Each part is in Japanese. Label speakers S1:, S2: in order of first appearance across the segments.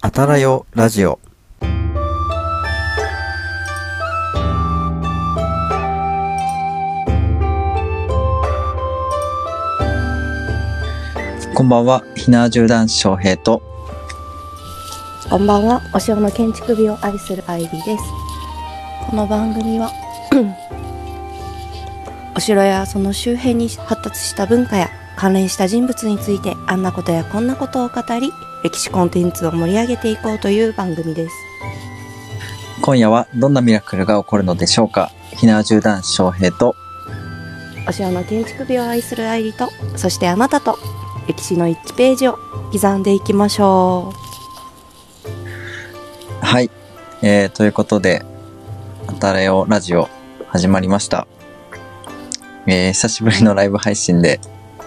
S1: あたらよラジオ。こんばんは、ひなじゅう男子翔平と、
S2: こんばんは、お城の建築美を愛するアイビーです。この番組は、 お城やその周辺に発達した文化や関連した人物についてあんなことやこんなことを語り、歴史コンテンツを盛り上げていこうという番組です。
S1: 今夜はどんなミラクルが起こるのでしょうか。ひなじゅう男子翔平と、
S2: お城の建築美を愛するアイリと、そしてあなたと、歴史の1ページを刻んでいきましょ
S1: はい、えー、ということで、あたらよラジオ始まりました。えー、久しぶりのライブ配信で、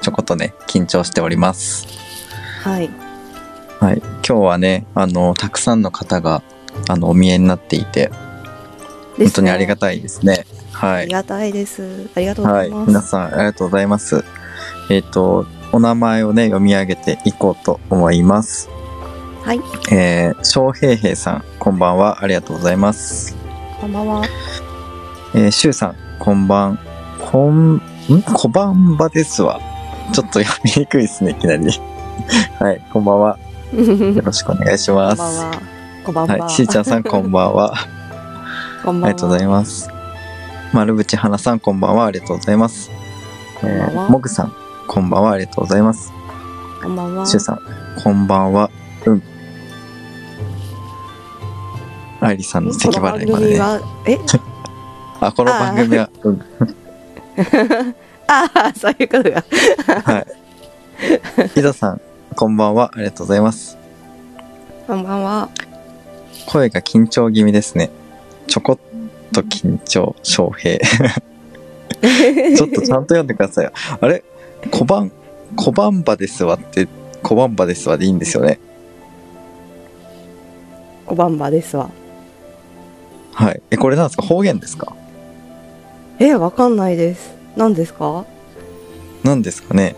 S1: ちょこっとね、緊張しております。
S2: う。はい。
S1: はい、今日はねあのたくさんの方があのお見えになっていて本当にありが
S2: と
S1: たいですね。は
S2: あ
S1: い
S2: り、がたいです。ありがとうござ
S1: はいい、
S2: ます。
S1: 皆さんありがとうございます。えっ、とお名前をね読み上げていこうと思います。
S2: はい、
S1: えー、翔平平さんこんばんはありがとうございます。
S2: こんばん は。
S1: えー、しゅうさんこんばんこんんこばんばですわ。ちょっと読みにくいですねいきなり。 はい、こんばんは
S2: こん
S1: よろしくお願いしま
S2: ばん
S1: す。
S2: は。こんばんは。
S1: はい、しーちゃんさんこんばんは。
S2: こんばんは。
S1: ありがとうございます。丸淵花さん、こんばんは。ありがとうございます。
S2: んばんは
S1: えーもぐさん、こんばんは。ありがとうございます。
S2: こんばんは。
S1: しゅうさん、こんばんは。うん。あいりさんの咳払いまで、ね。
S2: この番組は
S1: あ、この番組は、うん。
S2: え、 ああ、そういうことが。
S1: ひどさん、こんばんは。ありがとうございます。
S2: こんばんは。
S1: 声が緊張気味ですね。ちょこっと緊張、翔 平。ちょっとちゃんと読んでくださいよ。あれ小判、小判場ですわって、小判場ですわでいいんですよね。
S2: こばんばですわ。
S1: はい。え、これなんですか方言ですか
S2: え、わかんないです。何ですか
S1: なんですかね。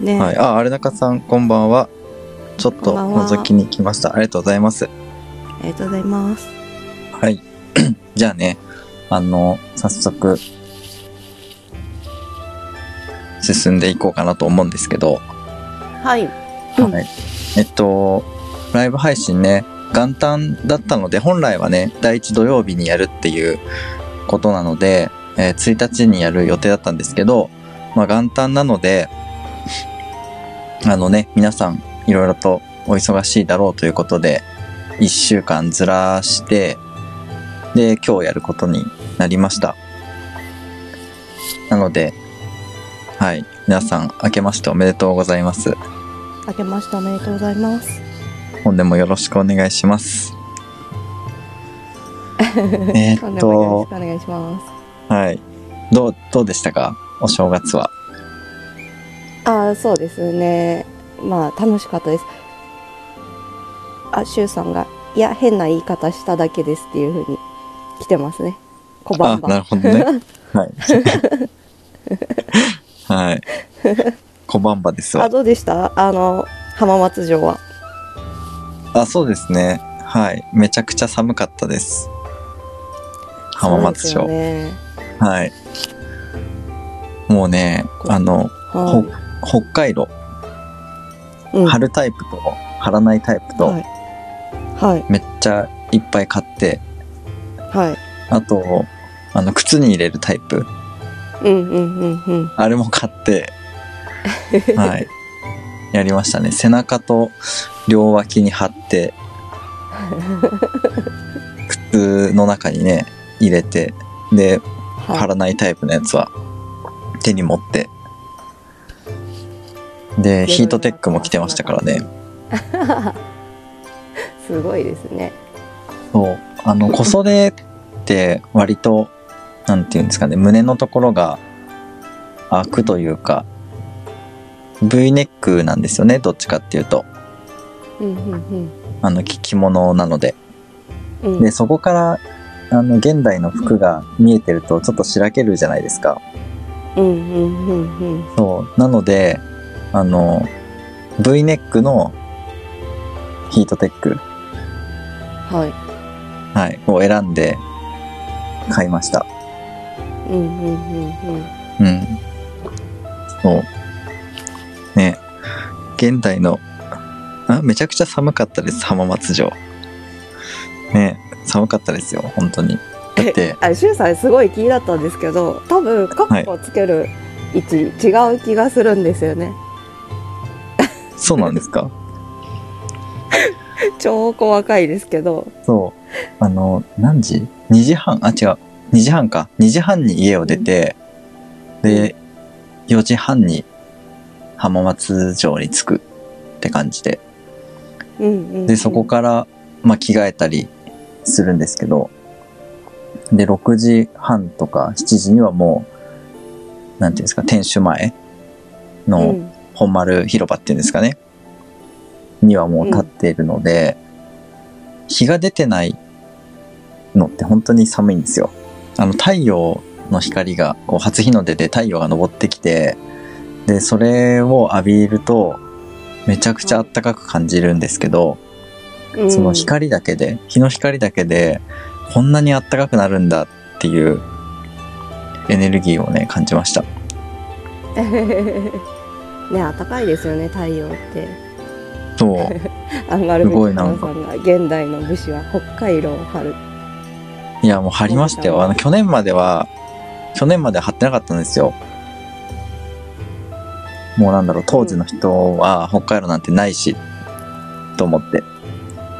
S2: ね、
S1: はい。あ、荒中さん、こんばんは。ちょっ
S2: ことんばんは
S1: 覗きに来ました。ありがとうございます。
S2: ありがとうございます。
S1: はい。 じゃあね、あの、早速、進んでいこうかなと思うんですけど、
S2: はい。うん
S1: はい。えっと、ライブ配信ね、元旦だったので、本来はね、第1土曜日にやるっていうことなので、えー1日にやる予定だったんですけど、まあ、元旦なので、あのね、皆さん、いろいろとお忙しいだろうということで、1週間ずらして、で、今日やることになりました。なので、はい。皆さん、明けましておめでとうございます。
S2: 明けましておめでとうございます。
S1: 本年もよろしくお願いし ます。えーっ
S2: 今年もよろし
S1: と
S2: く、お願いします。
S1: はい。どう、どうでしたかお正月は。
S2: ああ、そうですね。まあ、楽しかったです。あ、しゅうさんが、いや、変な言い方しただけですっていうふうに来てますね。こば
S1: あ、
S2: んば。
S1: なるほど ね。はい。はい。小判場です
S2: あ
S1: わ。
S2: どうでしたあの浜松城は
S1: あ、そうですね。はい。めちゃくちゃ寒かったです。浜松
S2: そう
S1: 町。
S2: ですよね
S1: はい。もうね、あの、ほ
S2: は
S1: 北海道、
S2: いうん
S1: 貼るタイプと貼らないタイプと
S2: は、いはい
S1: めっちゃいっぱい買って、
S2: はい
S1: あと、あの、靴に入れるタイプ。
S2: うんうんうんうん
S1: あれも買って、はい。やりましたね。背中と両脇に貼って、靴の中にね、入れて、で、貼
S2: は
S1: らないタイプのやつは手に持って。で、ヒートテックも着てましたからね。
S2: いすごいですね
S1: そう。あの、小袖って割と、なんていうんですかね、胸のところが開くというか、V ネックなんですよね、どっちかっていうと。
S2: うんうん
S1: あの、き着物なので。
S2: うんうん
S1: で、そこから、あの、現代の服が見えてると、ちょっとしらけるじゃないですか。
S2: うんうんうんうん
S1: そう。なので、あの、V ネックのヒートテック、
S2: はい
S1: はい、を選んで買いました。
S2: うんうんうんうん
S1: うん。そう。ね現代の、あ、めちゃくちゃ寒かったです、浜松城。ね寒かったですよ、本当に。だって、
S2: あれシュウさんすごい気になったんですけど多分カッコつける位置、違う気がするんですよね
S1: そうなんですか
S2: 超細かいですけど
S1: そう。あの、何時 ?2 時半あ、違う。2時半か。2時半に家を出て、で、4時半に浜松城に着くって感じで。
S2: うんうん、
S1: で、そこから、まあ、着替えたりするんですけど、で、6時半とか7時にはもう、なんていうんですか、天守前
S2: う
S1: の
S2: ん
S1: 本丸広場っていうんですかね、にはもう立っているので、日が出てないのって本当に寒いんですよ。あの、太陽の光が、こう、初日の出で太陽が昇ってきて、で、それを浴びると、めちゃくちゃ暖かく感じるんですけど、
S2: うん
S1: その光だけで、日の光だけで、こんなに暖かくなるんだっていうエネルギーをね、感じました。
S2: ね暖かいですよね太陽って
S1: そう。
S2: アンガル
S1: すご
S2: ベ
S1: い
S2: ジ
S1: な
S2: タ
S1: ん
S2: ン
S1: か
S2: さんが現代の武士は北海道を張る
S1: いや、もう張りましたよ。あの、去年までは、去年までは張ってなかったんですよ。もうなんだろう、当時の人は北海道なんてないし、と思って。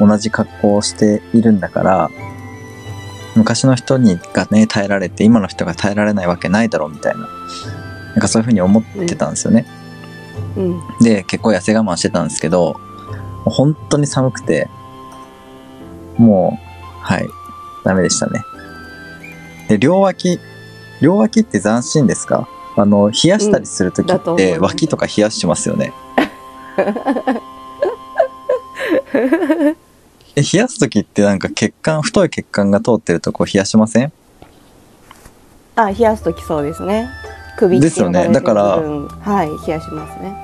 S1: 同じ格好をしているんだから、昔の人にがね、耐えられて、今の人が耐えられないわけないだろうみたいな。なんかそういうふうに思ってたんですよね。
S2: うん
S1: で、結構痩せ我慢してたんですけど、もう本当に寒くて、もう、はい、ダメでしたね。で、両脇、両脇って斬新ですかあの、冷やしたりするとき
S2: うんだと
S1: っ
S2: 思い
S1: て、
S2: ます
S1: 脇とか冷やしますよね。 え冷やすときってなんか血管、太い血管が通ってるとこ冷やしません
S2: あ冷やすときそうですね首
S1: ですよね
S2: っていうのが
S1: だから
S2: 出てくる部分はい冷やしますね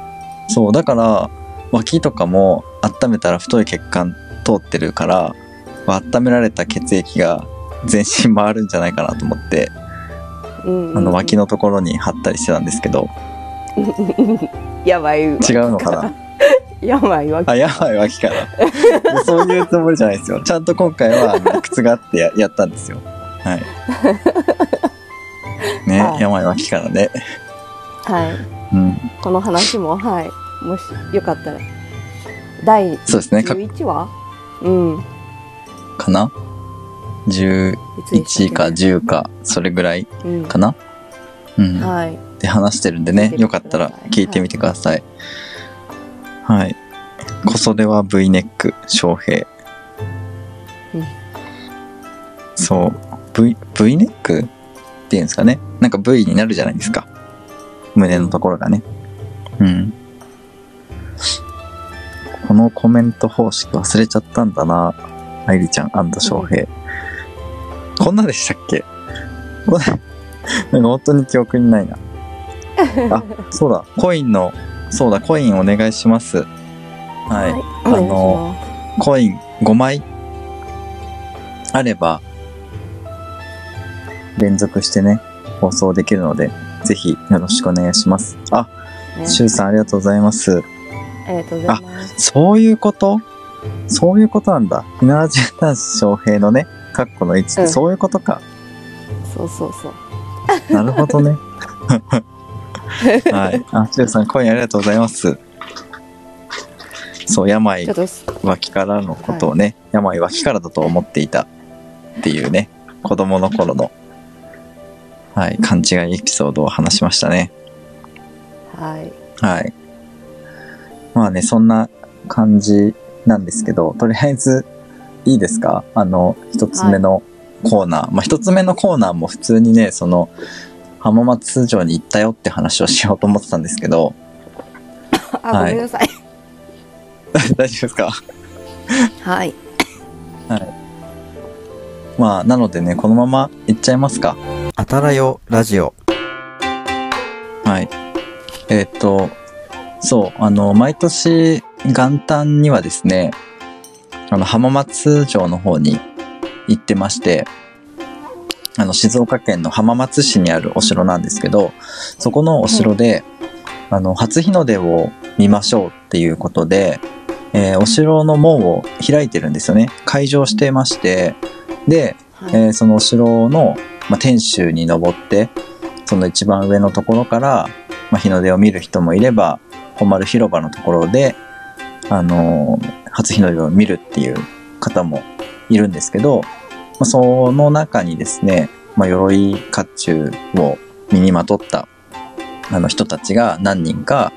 S1: そう、だから、脇とかも温めたら太い血管通ってるから、まあ温められた血液が全身回るんじゃないかなと思って、
S2: うんうん
S1: あの脇のところに貼ったりしてたんですけど、
S2: やばい違う
S1: 違うのかな
S2: やばいわ
S1: あ、やばい脇かな。い やそういうつもりじゃないですよ。ちゃんと今回はあの理屈があってややったんですよ。はい。 ね、
S2: はい
S1: やばい脇からね。
S2: はい
S1: うん。
S2: この話もはいもしよかったら第
S1: そうですね、か、
S2: 11話うん
S1: かな ?11
S2: いつでしたっけ
S1: か10か、それぐらい
S2: うん
S1: かなうん。
S2: はい
S1: って話してるんで
S2: 聞い
S1: ね
S2: てみてください
S1: よかったら聞いてみてくださいはい「小袖は V ネック翔平」
S2: うん
S1: そう v, v ネックっていうんですかねなんか V になるじゃないですか胸のところがねうんこのコメント方式忘れちゃったんだな愛梨ちゃん翔平、こんなでしたっけ こんななんか本当に記憶にないなあそうだコインのそうだコインお願いしますはい、
S2: お願いしま
S1: コイン5枚あれば連続してね放送できるのでぜひよろしくお願いしますあ
S2: す
S1: しゅうさんありがとうございます
S2: ねありがとうございます
S1: そういうことそういうことなんだひならじゅう男子翔平のねカッコの位置って
S2: うん
S1: そういうことか、
S2: そうそうそう
S1: なるほど ねはいあしゅうさんコインありがとうございますそう病
S2: ちょっとす
S1: 脇からのことをね、病脇からだと思っていたっていうね、子供の頃の、はい、勘違いエピソードを話しましたね。
S2: はい
S1: はい。まあね、そんな感じなんですけど、とりあえず、いいですかあの、一つ目のコーナー。まあ一つ目のコーナーも普通にね、その、浜松城に行ったよって話をしようと思ってたんですけど、
S2: あご
S1: はい
S2: めんなさい
S1: 大丈夫ですか
S2: はい
S1: まあ、なのでね、このまま行っちゃいますか。あたらよラジオ。はい。えーっと、そう、あの、毎年元旦にはですね、あの、浜松町の方に行ってまして、あの、静岡県の浜松市にあるお城なんですけど、そこのお城で、あの、初日の出を見ましょうっていうことで、えーお城の門を開いてるんですよね。開場してまして、で、
S2: はい
S1: えーそのお城の、まあ、天守に登ってその一番上のところから、まあ、日の出を見る人もいれば本丸広場のところで、あのー初日の出を見るっていう方もいるんですけど、まあ、その中にですね、まあ、鎧甲冑を身にまとったあの人たちが何人か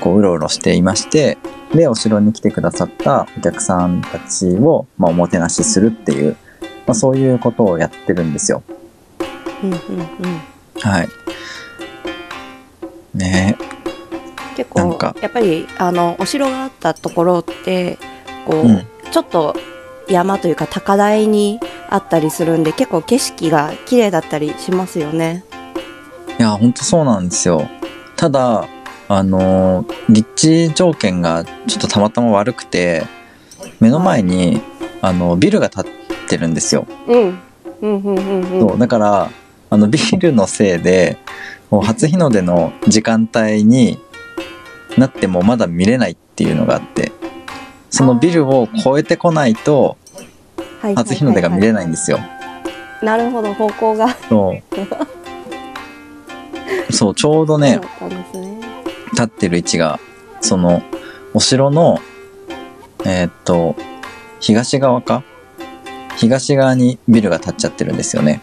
S1: こううろうろしていましてでお城に来てくださったお客さんたちを、まあ、おもてなしするっていうまあ、そういうことをやってるんですよ。
S2: うんうんうん
S1: はい。ね
S2: 結
S1: な
S2: 構
S1: んか
S2: やっぱりあのお城があったところってこ
S1: え。
S2: う、
S1: うん。
S2: ちょっと山というか高台にあったりするんで結構景色が綺麗だったりしますよね。
S1: いや、本当そうなんですよ。ただ、あのー立地条件がちょっとたまたま悪くて、目の前に、あの、ビルが建ってるんですよ。
S2: うん。うんうんうん
S1: そう。だから、あの、ビルのせいで、こう初日の出の時間帯になってもまだ見れないっていうのがあって、そのビルを越えてこないと、
S2: はい
S1: 初日の出が見れないんですよ。
S2: なるほど方向が
S1: そう。そう、ちょうど
S2: そう
S1: ね
S2: だ、ったんですね。
S1: 立ってる位置が、その、お城の、えーっと、東側か東側にビルが立っちゃってるんですよね。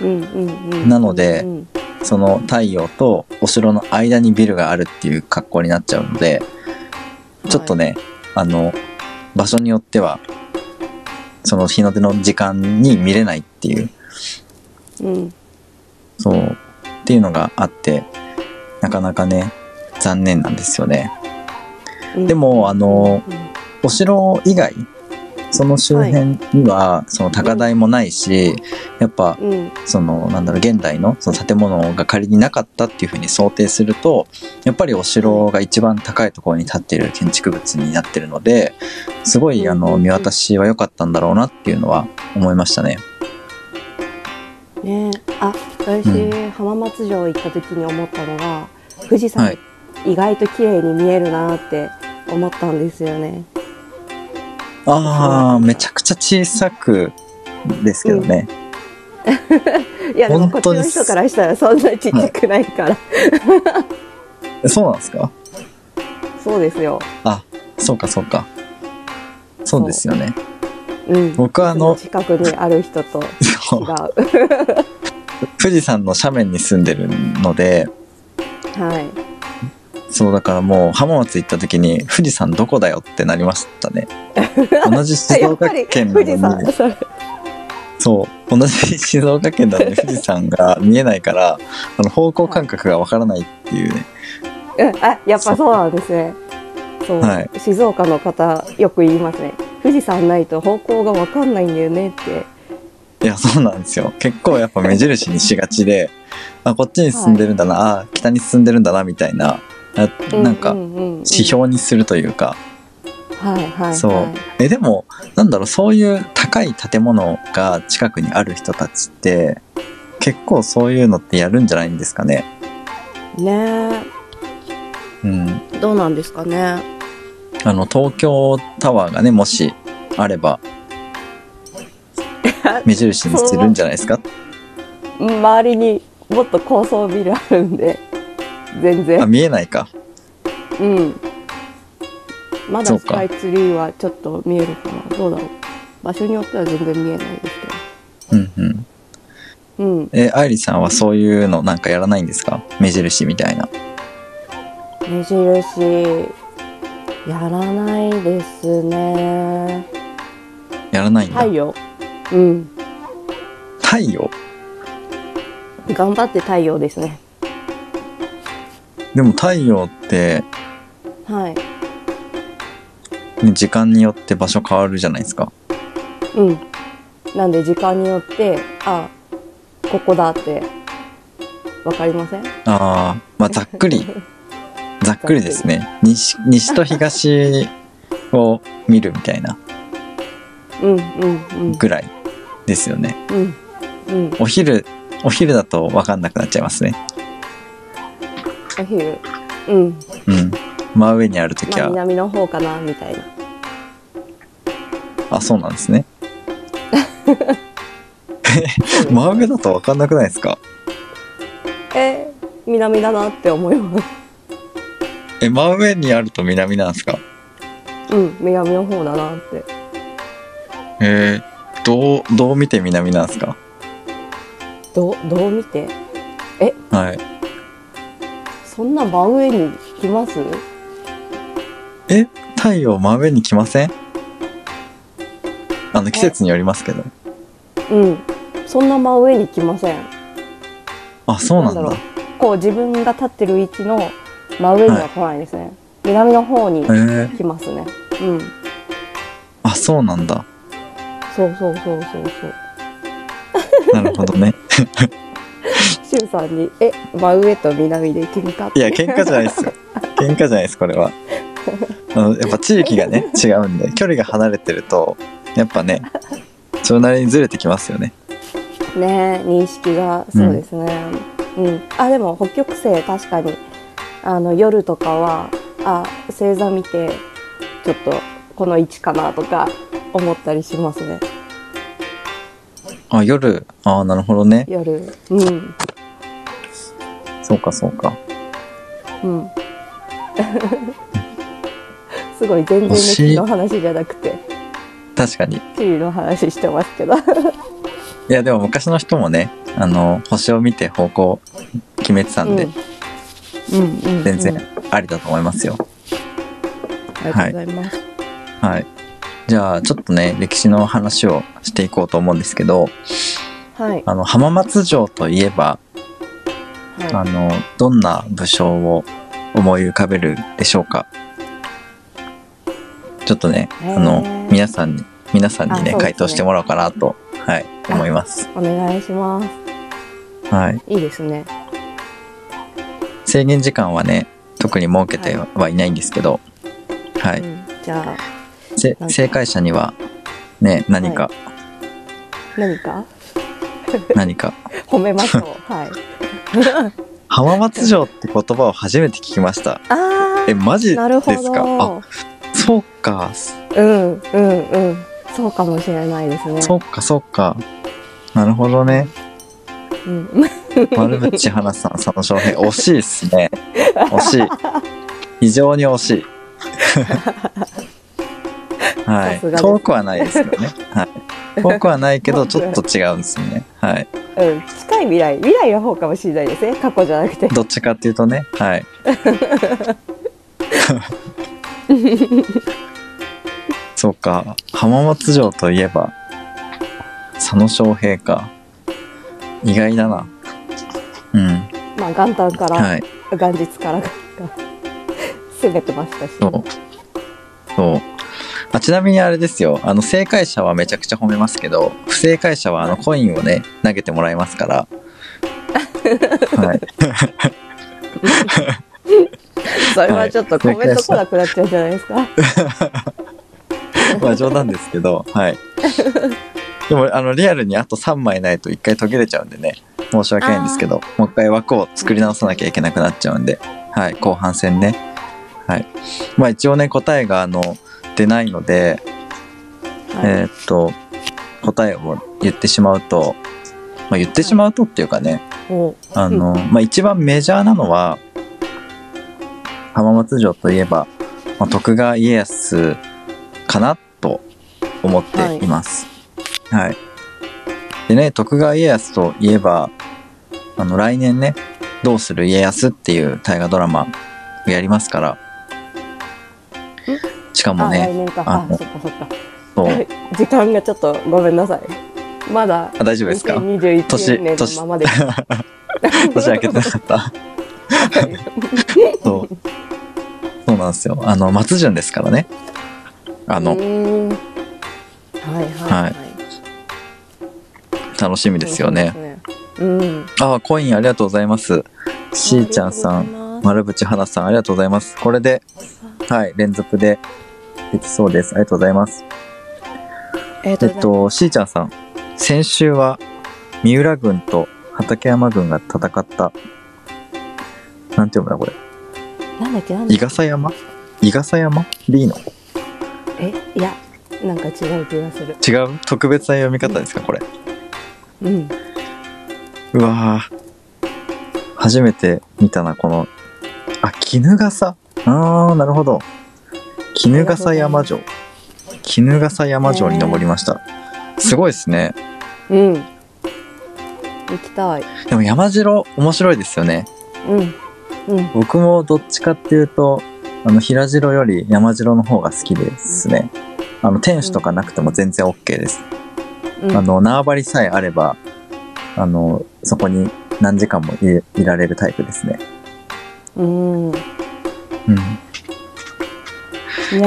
S2: うんうんうん。
S1: なので
S2: うん
S1: その太陽とお城の間にビルがあるっていう格好になっちゃうので、ちょっと。ね、あの、場所によっては、その日の出の時間に見れないっていう
S2: はいうん。
S1: そう。っていうのがあって、なかなかね、残念なんですよね。
S2: うん
S1: でも、あの、
S2: うん
S1: お城以外、その周辺には、その高台もないし、やっぱ、
S2: うん
S1: その、なんだろう、現代のその建物が仮になかったっていうふうに想定すると、やっぱりお城が一番高いところに建っている建築物になってるので、すごい、あ
S2: うんうん
S1: の、
S2: うん
S1: 見渡しは良かったんだろうなっていうのは思いましたね。
S2: ねあ私、
S1: う
S2: 浜松城行った時に思ったのが富士
S1: は
S2: 山
S1: い
S2: 意外と綺麗に見えるなって思ったんですよね。
S1: ああ、めちゃくちゃ小さくですけどね。
S2: いやでも
S1: 本
S2: こっち
S1: 当
S2: の
S1: に
S2: 人からしたらそんなちっちゃくないから、
S1: えそうなんですか
S2: そうですよ。
S1: あ、そうかそうか。そうですよね。
S2: うん。
S1: 僕はあの、
S2: 近くにある人と違
S1: そう
S2: う。
S1: 富士山の斜面に住んでるので、
S2: はい。
S1: そうだからもう浜松行った時に富士山どこだよってなりました ね。同じ静
S2: やっ
S1: 岡
S2: ぱり
S1: 県な
S2: 富
S1: の
S2: 士
S1: に、
S2: 山。それ
S1: そう、同じ静岡県なの に富士山が見えないから、あの方向感覚がわからないっていうね。
S2: うんあ、やっぱそうなんですね。そう、
S1: はい
S2: 静岡の方よく言いますね。富士山ないと方向がわかんないんだよねって。
S1: いや、そうなんですよ。結構やっぱ目印にしがちで、あ、こっちに進んでるんだな、あ、北に進んでるんだな、みたいな、あなんか
S2: う、ううんうん
S1: 指標にするというか、
S2: はいはい、はい、
S1: そうえでもなんだろうそういう高い建物が近くにある人たちって結構そういうのってやるんじゃないんですかね
S2: ね
S1: うん
S2: えどうなんですかね
S1: あの東京タワーがねもしあれば目印にするんじゃないですか
S2: 周りにもっと高層ビルあるんで全
S1: あ
S2: 然
S1: 見えないか
S2: うんま
S1: そ
S2: だ
S1: う
S2: ス
S1: か
S2: カイツリーはちょっと見えるかなどうだろう場所によっては全然見えないです
S1: うんうん
S2: けどうん
S1: え愛梨さんはそういうのなんかやらないんですか目印みたいな
S2: 目印やらないですね
S1: やらないんだ、
S2: 太陽うん
S1: 太陽
S2: 頑張って太陽ですね
S1: でも太陽って、
S2: はい
S1: ね時間によって場所変わるじゃないですか
S2: うんなんで時間によってあここだってわかりません
S1: ああまあざっくりざっくりですね。西西と東を見るみたいな。
S2: うんうんうん
S1: ぐらいですよね。
S2: うんうん
S1: お昼、お昼だと分かんなくなっちゃいますね。
S2: お昼うん
S1: うん。真上にあるとき
S2: まあ
S1: は、
S2: 南の方かなみたいな
S1: あ、そうなんですね。真上だと分かんなくないですか
S2: え南だなって思います
S1: え、真上にあると南なんですか
S2: うん南の方だなって
S1: えー、どう、どう見て南なんですか
S2: どうどう見て
S1: はい。
S2: そんな真上に来ます
S1: え、太陽真上に来ませんあの、季節によりますけど。
S2: うんそんな真上に来ません
S1: あ、そうなん
S2: なん
S1: だ
S2: だ。こう自分が立ってる位置の真上には来ないですね、南の方に
S1: えー、
S2: 来ますねうん
S1: あ、そうなんだ。
S2: そうそうそうそうそう
S1: なるほどね。
S2: シュウさんに「え真上と南で喧嘩って
S1: いや、喧嘩じゃないですよ。喧嘩じゃないです、これは。あのやっぱ地域がね、違うんで、距離が離れてると、やっぱね、それなりにずれてきますよね。
S2: ね認識がそうですねうん、あでも北極星確かにあの夜とかはあ星座見てちょっとこの位置かなとか思ったりしますね
S1: あ、夜、ああ、なるほどね。
S2: 夜うん
S1: そうか、そうか。
S2: うん すごい全然歴史の話じゃなくて
S1: 確かに。い
S2: 地理の話してますけど
S1: や、でも昔の人もね、あの、星を見て方向決めてた
S2: うん
S1: んで、
S2: うんうんうん
S1: 全然ありだと思いますよ。
S2: ありがとうございます、
S1: はい。じゃあ、ちょっとね、歴史の話をしていこうと思うんですけど、
S2: はい
S1: あの、浜松城といえば、あ
S2: は
S1: の、どんな武将を思い浮かべるでしょうかちょっとね、
S2: へー
S1: あの、皆さんに、皆さんに
S2: あそうで
S1: ね、
S2: すね
S1: 回答してもらおうかなと、はい、
S2: あ
S1: 思います。
S2: いお願いします
S1: はい。
S2: いいですね
S1: 制限時間はね、特に設けてはいないんですけど、はい。
S2: うん、じゃあ
S1: せ
S2: なんか
S1: 正解者には、ね、何か、
S2: 何か
S1: 何か。
S2: 褒めましょう はい
S1: 浜松城って言葉を初めて聞きました。
S2: あ
S1: え、マジです
S2: あなるほど
S1: かあ、そうか、
S2: うんうんうんそうかもしれないですね
S1: そうか、そうか。なるほどね。
S2: うん、
S1: 丸渕花さん、佐野翔平、惜しいです ね。惜しい。非常に惜しい。は
S2: さすが
S1: い。
S2: です
S1: 遠くはないですよね。はい。遠くはないけ ど、ちょっと違うんですね。はい。
S2: うん、近い未来未来の方かもしれないですね過去じゃなくて
S1: どっちかっていうとね、はい。 そうか。浜松城といえば、佐野翔平か。意外だな。うん。
S2: まあ元旦から、
S1: はい。
S2: 元日からが攻めてましたし
S1: そう。そう。あちなみにあれですよ。あの、正解者はめちゃくちゃ褒めますけど、不正解者はあの、コインをね、投げてもらいますから。はい。
S2: それはちょっとコメント来なくなっちゃうんじゃないですか
S1: まあ、冗談ですけど、はい。でも、あの、リアルにあと3枚ないと1回途切れちゃうんでね、申し訳ないんですけど、もう一回枠を作り直さなきゃいけなくなっちゃうんで、はい、後半戦ね。はい。まあ、一応ね、答えが、あの、出ないので、
S2: はい
S1: えーっと答えを言ってしまうと、まあ、言ってしまうとっていうかね、
S2: お
S1: あの、まあ、一番メジャーなのは浜松城といえば、まあ、徳川家康かなと思っています。はい、でね徳川家康といえばあの来年ね「どうする家康」っていう大河ドラマをやりますからしかも
S2: あ来
S1: ね
S2: 年か
S1: あ
S2: あ
S1: の
S2: そっかそっか
S1: そう
S2: 時間がちょっとごめんなさいまだ
S1: あ大丈夫ですか
S2: 2021年の
S1: 年
S2: まま です
S1: 年明けてなかった。そう。そうなんですよ。あの、松潤ですからね。あ
S2: う
S1: の、
S2: ーんはいは
S1: は
S2: い、
S1: 楽しみですよね。
S2: そうですね。
S1: ああ、コインありがとうございます。し
S2: うん。
S1: ーちゃんさ
S2: あり
S1: ん、
S2: がとうござい
S1: 丸淵花さん、ありがとうございます。これで、はい、連続でできそうです。ありがとうございます。
S2: えっ
S1: え
S2: と、
S1: っと、しーちゃんさん、先週は三浦軍と畠山軍が戦った、なんて読むんだこれ。
S2: なんだっけ、なんだっ
S1: 伊笠山伊笠山でいいの
S2: け、え、いや、なんか違う気がする。
S1: 違う特別な読み方ですかこれ。
S2: うん。
S1: うわぁ。初めて見たな、この。あ、絹笠。あー、なるほど。絹笠山城。絹笠山城に登りました。すごいですね。
S2: うん。行きたい。
S1: でも山城面白いですよね。
S2: うん。うん。
S1: 僕もどっちかっていうと、あの、平城より山城の方が好きですね。あの、天守とかなくても全然 OK です。
S2: うん、
S1: あの、縄張りさえあれば、あの、そこに何時間もいいられるタイプですね。
S2: うん。ね、
S1: うん。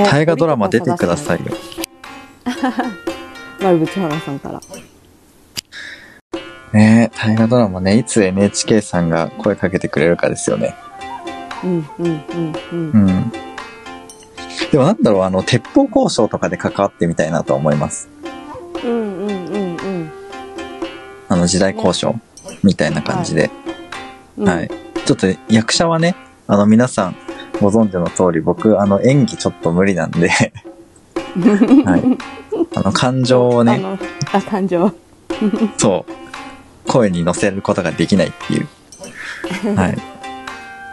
S1: 大河ドラマ出てくださ
S2: い。
S1: いよ。
S2: 丸渕花さんから。
S1: ねえ、大河ドラマね、いつ NHK さんが声かけてくれるかですよね。
S2: うん、うん、うん、う。
S1: うんん。でもなんだろう、あの、鉄砲交渉とかで関わってみたいなと思います。
S2: うん、うん、うん、うん。
S1: あの、時代交渉みたいな感じで。
S2: うん
S1: はい。。ちょっと役者はね、あの皆さんご存知の通り、僕、あの演技ちょっと無理なんで、 はい。あの感情を
S2: あ
S1: ね、
S2: の、あ、感情。
S1: そう、声に乗せることができないっていう。 はい。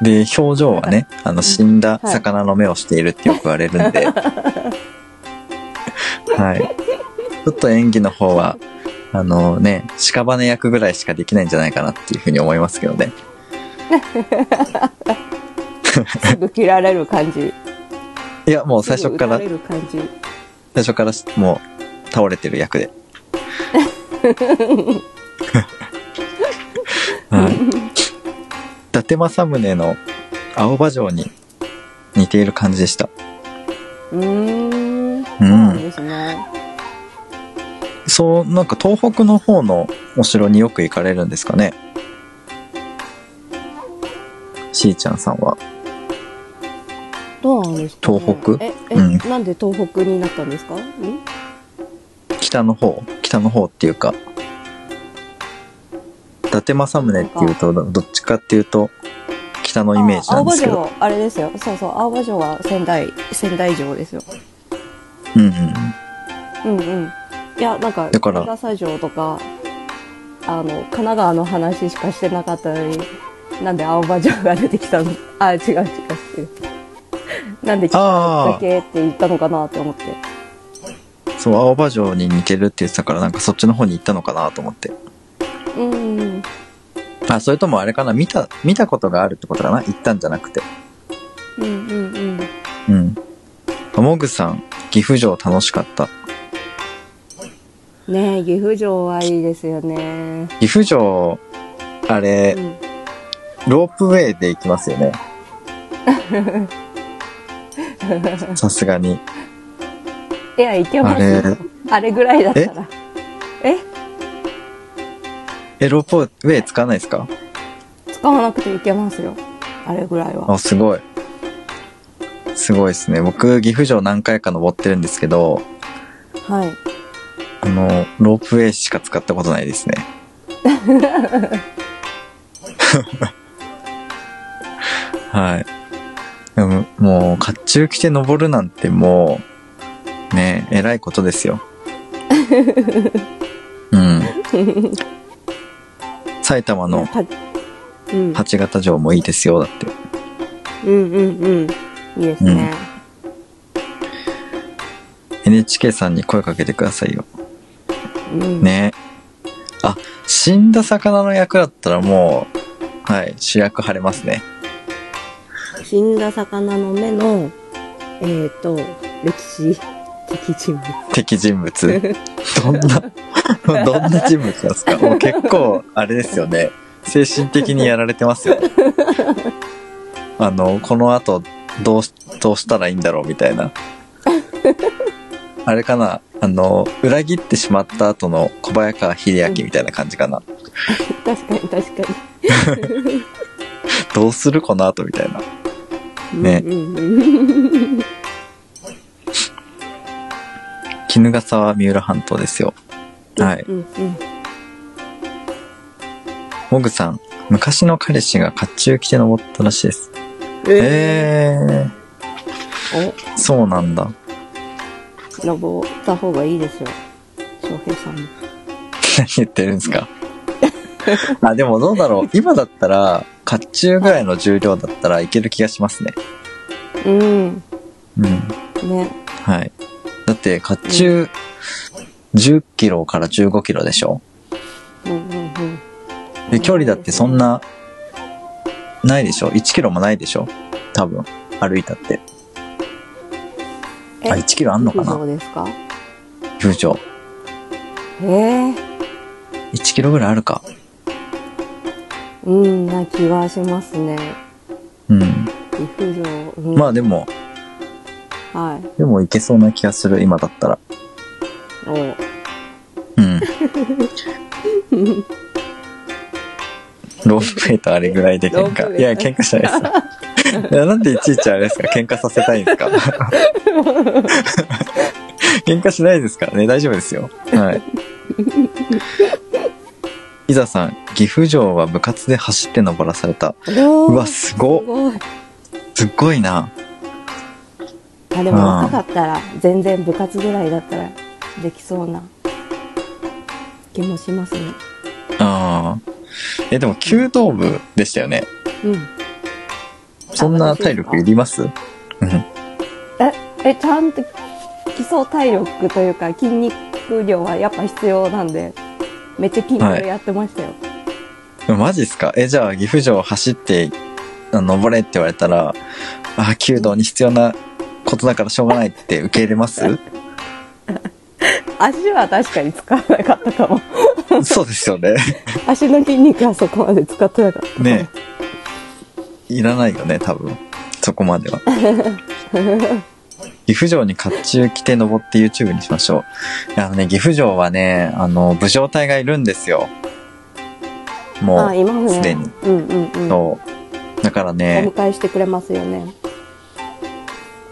S1: で、表情はね、あの死んだ魚の目をしているってよく言われるん で、はい。ちょっと演技の方は、あのね、屍役ぐらいしかできないんじゃないかなっていうふうに思いますけどね。
S2: すぐ切られる感じ。
S1: いや、もう最初から
S2: すぐ打たれる感じ。
S1: 最初からしもう倒れてる役で。はい、伊達政宗の青葉城に似ている感じでした。
S2: うーん。そう
S1: うん
S2: なんですね。
S1: そう、なんか東北の方のお城によく行かれるんですかねしーちゃんさんは。
S2: どうなんですかね、
S1: 東北
S2: え、え、
S1: うん
S2: なんで東北になったんですかん
S1: 北の方北の方っていうか。伊達政宗っていうと、どっちかっていうと、北のイメージなんですけ
S2: あ
S1: ど。
S2: 青葉城、あれですよ。そうそう、青葉城は仙台、仙台城ですよ。
S1: うんうんうん。
S2: うんうん。いや、なんか、
S1: だから
S2: 金沢城とか、あの、神奈川の話しかしてなかったのに、なんで青葉城が出てきたの あ、違う違う違う。なんで北だけって言ったのかなって思って。
S1: そう、青葉城に似てるって言ってたから、なんかそっちの方に行ったのかなと思って。
S2: うんうん。
S1: あ、それともあれかな、見た、見たことがあるってことかな行ったんじゃなくて。
S2: うんうんうん。
S1: うん。もぐさん、岐阜城楽しかった。
S2: ねえ、岐阜城はいいですよね。
S1: 岐阜城、あれ
S2: う、ん、
S1: ロープウェイで行きますよね。さすがに。
S2: いや、行けますよ
S1: あれ
S2: あれぐらいだったら。え
S1: え、ロープウェイ使わないですか
S2: 使わなくていけますよ。あれぐらいは。
S1: あ、すごい。すごいですね。僕、岐阜城何回か登ってるんですけど、
S2: はい。
S1: あの、ロープウェイしか使ったことないですね。 はい。でも、もう、甲冑着て登るなんてもう、ねえ、えらいことですよ。 うん。埼玉の
S2: たうん。
S1: 八形城もいいですよ、だって。
S2: うんうんうん。いいですね。
S1: NHK さんに声かけてくださいよ。
S2: うん。
S1: ねあ、死んだ魚の役だったらもう、はい、主役晴れますね。
S2: 死んだ魚の目の、えっ、ー、と、歴史的人物。
S1: 敵人物。どんな、どんな人物なんですかもう結構、あれですよね。精神的にやられてますよね。あの、この後、どうし、どうしたらいいんだろうみたいな。あれかなあの、裏切ってしまった後の小早川秀明みたいな感じかな。
S2: 確かに確か
S1: どうするこの後みたいな。
S2: に。
S1: ね
S2: うんうんうん。
S1: 岐衣笠は三浦半島ですよ。はい。
S2: うんうん。
S1: モグさん、昔の彼氏が甲冑着て登ったらしいです。
S2: え
S1: えー、
S2: ー、
S1: そうなんだ。
S2: お、登った方がいいですよ。翔平さんも。
S1: 何 言ってるんですかあ、でもどうだろう。今だったら、甲冑ぐらいの重量だったらいける気がしますね。
S2: うん。
S1: うん。
S2: ね。
S1: はい。だって、甲冑、10キロから15キロでしょ
S2: うんうんう
S1: で、
S2: ん。
S1: 距離だってそん。な、ないでしょ ?1 キロもないでしょ多分、歩いたって。
S2: え
S1: あ、1キロあんのか
S2: 陸
S1: な
S2: 上ですか
S1: 風情。
S2: ええー。
S1: 1キロぐらいあるか。
S2: うん、な気がしますね。
S1: うん。
S2: 陸上。うん、
S1: まあでも、
S2: は
S1: でもいけそうな気がする、今だったら。
S2: い。お
S1: うん。ロープウェイとあれぐらいで喧
S2: ロープウェ
S1: 嘩。
S2: イ
S1: いや、喧嘩しないです。いや、なんでいちいちあれですか喧嘩させたいんですか 喧嘩しないですからね、大丈夫ですよ。はい。いざさん、岐阜城は部活で走って登らされた。
S2: お
S1: うわ、すごっ
S2: すごい。
S1: すっごいな。
S2: あ、でも若かったら、全然部活ぐらいだったら、できそうな気もしますね。
S1: ああ。え、でも、弓道部でしたよね。
S2: うん。
S1: そんな体力いりますうん。
S2: え、え、ちゃんと基礎体力というか筋肉量はやっぱ必要なんで、めっちゃ筋トレやってましたよ。
S1: マジっすかえ、じゃあ、岐阜城走って、あ登れって言われたら、あ、弓道に必要なことだからしょうがないって受け入れます
S2: 足は確かに使わなかったかも。
S1: そうですよね。
S2: 足の筋肉はそこまで使ってなかった。
S1: ねえいらないよね、多分。そこまでは。岐阜城に甲冑着て登って YouTube にしましょう。いやあのね、岐阜城はね、あの、武将隊がいるんですよ。も
S2: あ、います
S1: う、
S2: ね。
S1: すでに。。
S2: うんうんうん。お
S1: そう。だからね、
S2: 迎えしてくれますよね。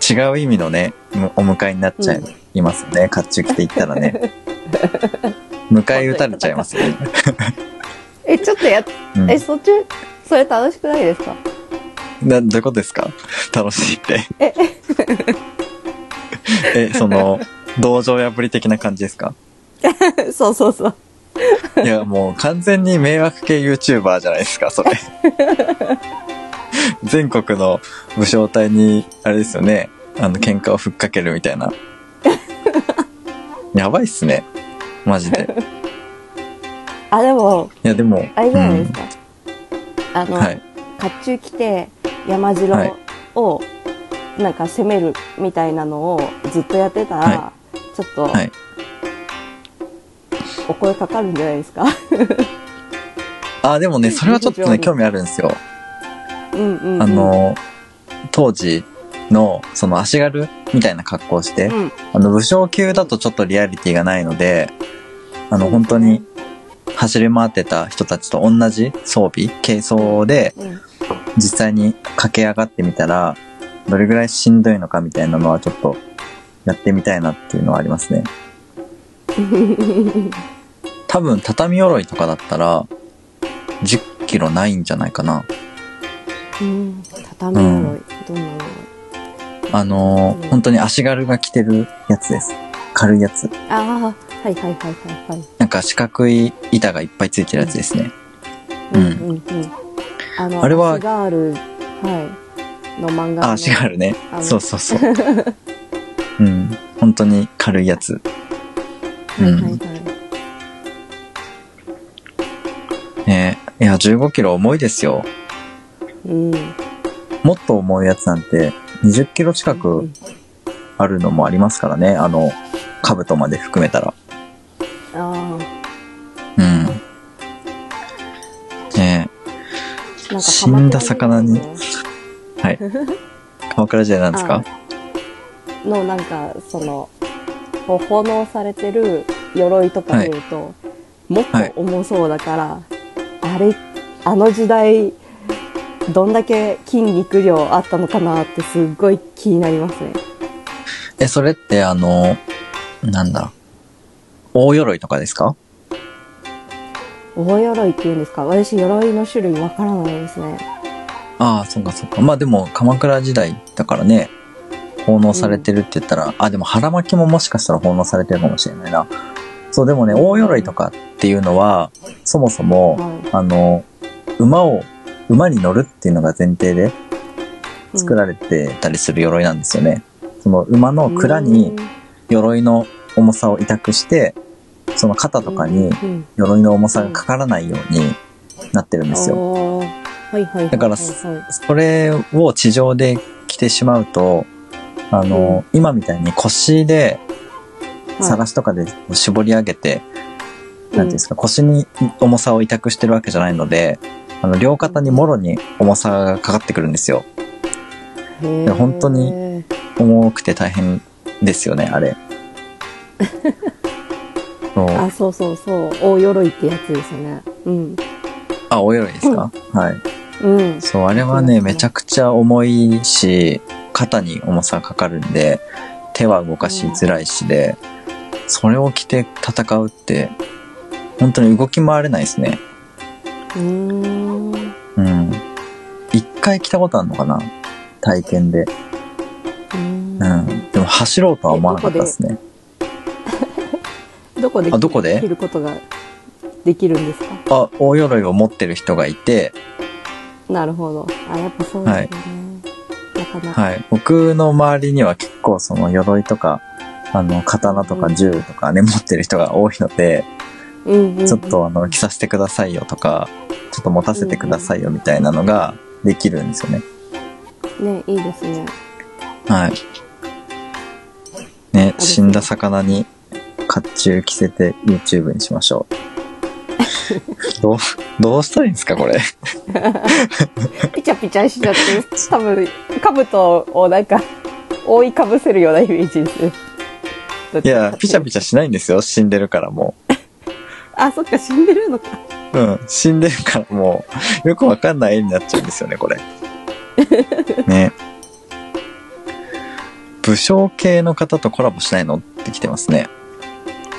S1: 違う意味のね、むお迎えになっちゃいますね。甲冑着ていったらね。迎え撃たれちゃいますね。
S2: え、ちょっとや、
S1: うん
S2: え、そっち、それ楽しくないです か
S1: などういうことですか楽しいって。 え、その、道場破り的な感じですか
S2: そうそうそう。
S1: いや、もう完全に迷惑系 YouTuber じゃないですか、それ。全国の武将隊に、あれですよね、あの、喧嘩をふっかけるみたいな。やばいっすね。マジで。
S2: あ、でも、
S1: いや、でも。
S2: あれじゃないです
S1: うん
S2: か。あの、
S1: はい。
S2: 甲冑着て山城
S1: はい
S2: をなんか攻めるみたいなのをずっとやってたら、
S1: は
S2: ちょっと
S1: はい。
S2: お声かかるんじゃないですか、
S1: あ、でもね、それはちょっとね、興味あるんですよ。
S2: うんうんうん、
S1: あの、当時の、その足軽みたいな格好をして、
S2: うん
S1: あの、武将級だとちょっとリアリティがないので、あの、
S2: うん
S1: 本当に走り回ってた人たちと同じ装備、軽装で、
S2: うん
S1: 実際に駆け上がってみたら、どれぐらいしんどいのかみたいなのはちょっと、やってみたいなっていうのはありますね。 多分、畳鎧とかだったら、10キロないんじゃないかな。
S2: うん、畳の
S1: うん
S2: どんなの
S1: あのー本当に足軽が着てるやつです。軽いやつ。
S2: ああはいはいはいはいはい
S1: なんか四角い板がいっぱいついてるやつですね。うん
S2: うんうんあの
S1: あれは
S2: 足ガール、はい、の漫画の
S1: あ、足軽ね
S2: あ。の
S1: そうそうそう。 うん。本当に軽いやつ。う
S2: はいはい
S1: ん。
S2: はい
S1: ねいや、15キロ重いですよ。
S2: うん
S1: もっと重いやつなんて、20キロ近くあるのもありますからね。あの、兜まで含めたら。
S2: ああ
S1: うん。ね
S2: なんか
S1: 死んだ魚に
S2: 鎌倉の
S1: えはい。鎌倉時代なんですか
S2: のなんかそのこう奉納されてる鎧とか見ると、もっと重そうだから、あれあの時代どんだけ筋肉量あったのかなってすっごい気になりますね。
S1: え、それってあの、なんだ。大鎧とかですか
S2: 大鎧っていうんですか私鎧の種類わからないですね
S1: ああ、そっかそっか。まあでも、鎌倉時代だからね、奉納されてるって言ったら、あ、でも腹巻きももしかしたら奉納されてるかもしれないな。そう、でもね、大鎧とかっていうのは、そもそも、
S2: は
S1: あの、馬を、馬に乗るっていうのが前提で
S2: い
S1: 作られてたりする鎧なんですよね。その馬の蔵に鎧の重さを委託して、その肩とかに
S2: うん
S1: 鎧の重さがかからないようになってるんですよ。
S2: あーはいはいはいはいはい
S1: だからそれを地上で着てしまうと、あの、今みたいに腰で、さらしとかで絞り上げて、なんていうんですか、腰に重さを委託してるわけじゃないので、あの、両肩にもろに重さがかかってくるんですよ。
S2: い
S1: いや本当に重くて大変ですよね、あ れ。そう
S2: あそうそうそう大鎧ってやつですねうん
S1: あ、およろいですか、はい。
S2: うん
S1: そう、あれは
S2: そうで
S1: ね、
S2: すね
S1: めちゃくちゃ重いし、肩に重さかかるんで、手は動かしづらいしで、それを着て戦うって、本当に動き回れないですね。
S2: うーん
S1: うん。一回着たことあるのかな体験で。う
S2: うん
S1: ん。でも走ろうとは思わなかったですね。
S2: どこで
S1: あどこで
S2: 着ることができるんですか
S1: あ、大鎧を持ってる人がいて、
S2: なるほどあやっぱそうですよね、なかなか
S1: はい。僕の周りには結構その鎧とか、あの、刀とか銃とかね、 持ってる人が多いので、
S2: うんうんうん
S1: ちょっとあの、着させてくださいよとか、ちょっと持たせてくださいよみたいなのができるんですよね。
S2: ねいいですね
S1: はい。ね、死んだ魚に甲冑着せて YouTube にしましょ う。どう、どうしたらいいんですか、これ。
S2: ピチャピチャしちゃって多 分兜をなんか覆いかぶせるようなイメージです
S1: いや、ピチャピチ
S2: チ
S1: ャしないんですよ。死んでるからも
S2: ャあそっか死んでるのか
S1: う。うん、死んでるからもう、よくわかんない絵になっちゃうんですよね、こ れ。ね。武将系の方とコラボしないのって来てますね。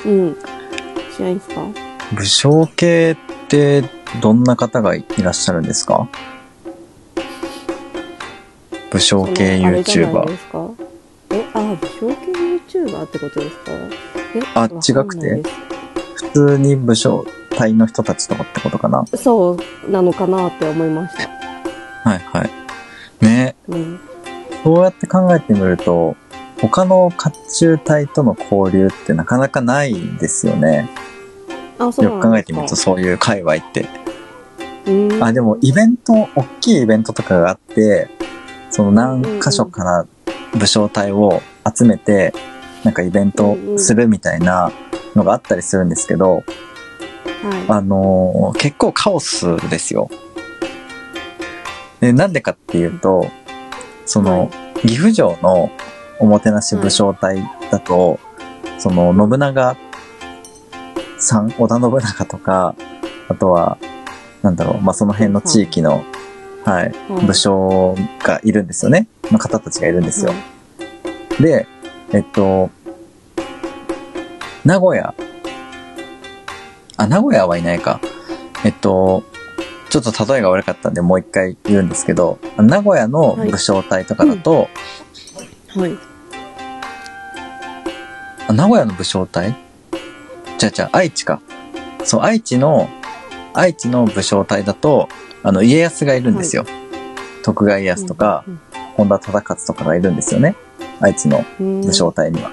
S2: うんしないんですか
S1: 武将系ってどんな方がいらっしゃるんですか武将系
S2: そのあれじゃない
S1: YouTuber
S2: で。すかえあ武将系 YouTuber ってことですかえ
S1: あ
S2: わかんない
S1: 違くて
S2: で
S1: 普通に武将隊の人たちとかってことかな
S2: すそうなのかなって思いました
S1: はいはい。ね
S2: うん
S1: そうやって考えてみると、他の甲冑隊との交流ってなかなかないですよね。
S2: あそう
S1: よく
S2: な
S1: 考
S2: んで
S1: え
S2: す
S1: て
S2: か
S1: みるとそういう界隈って。
S2: うん
S1: あ、でもイベント、大きいイベントとかがあって、その何箇所から武将隊を集めて、なんかイベントするみたいなのがあったりするんですけど、
S2: は
S1: あのー結構カオスですよ。で、なんでかっていうと、その、岐阜城のおもてなし武将隊だと、その、信長さん、織田信長とか、あとは、なんだろう、まあ、その辺の地域の、はい、
S2: いはい
S1: 武将がいるんですよね。の方たちがいるんですよ。で、えっと、名古屋。あ、名古屋はいないか。えっと、ちょっと例えが悪かったんでもう一回言うんですけど、名古屋の武将隊とかだと、
S2: はいはい
S1: あ名古屋の武将隊じゃあじゃあ愛知か。そう、愛知の、愛知の武将隊だと、あの、家康がいるんですよ。徳川家康とか、
S2: うん
S1: 本田忠勝とかがいるんですよね。愛知の
S2: うん
S1: 武将隊には。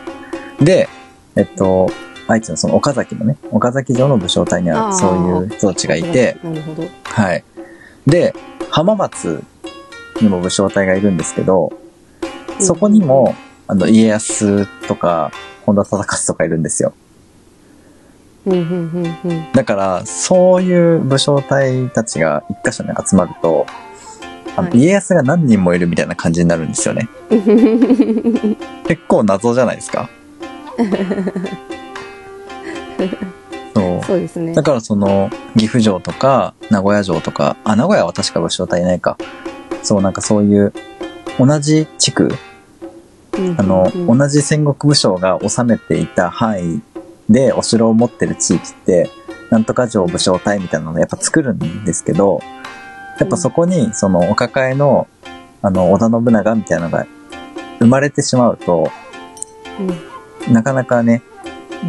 S1: で、えっと、愛知のその岡崎のね、岡崎城の武将隊に
S2: あ
S1: は
S2: ー
S1: そういう人たちがいて、
S2: なるほど
S1: はい。で、浜松にも武将隊がいるんですけど、そこにも、あの、家康とか、本田忠勝とかいるんですよ。
S2: うんうんうんうん
S1: だから、そういう武将隊たちが一箇所に集まると、あの
S2: はい
S1: 家康が何人もいるみたいな感じになるんですよね。結構謎じゃないですか。そう。
S2: そうですね
S1: だからその、岐阜城とか、名古屋城とか、あ、名古屋は確か武将隊いないか。そう、なんかそういう、同じ地区
S2: うん
S1: あの、
S2: うん
S1: 同じ戦国武将が治めていた範囲でお城を持ってる地域って、なんとか城武将隊みたいなのをやっぱ作るんですけど、やっぱそこに、その、お抱えの、あの、織田信長みたいなのが生まれてしまうと、
S2: うん
S1: なかなかね、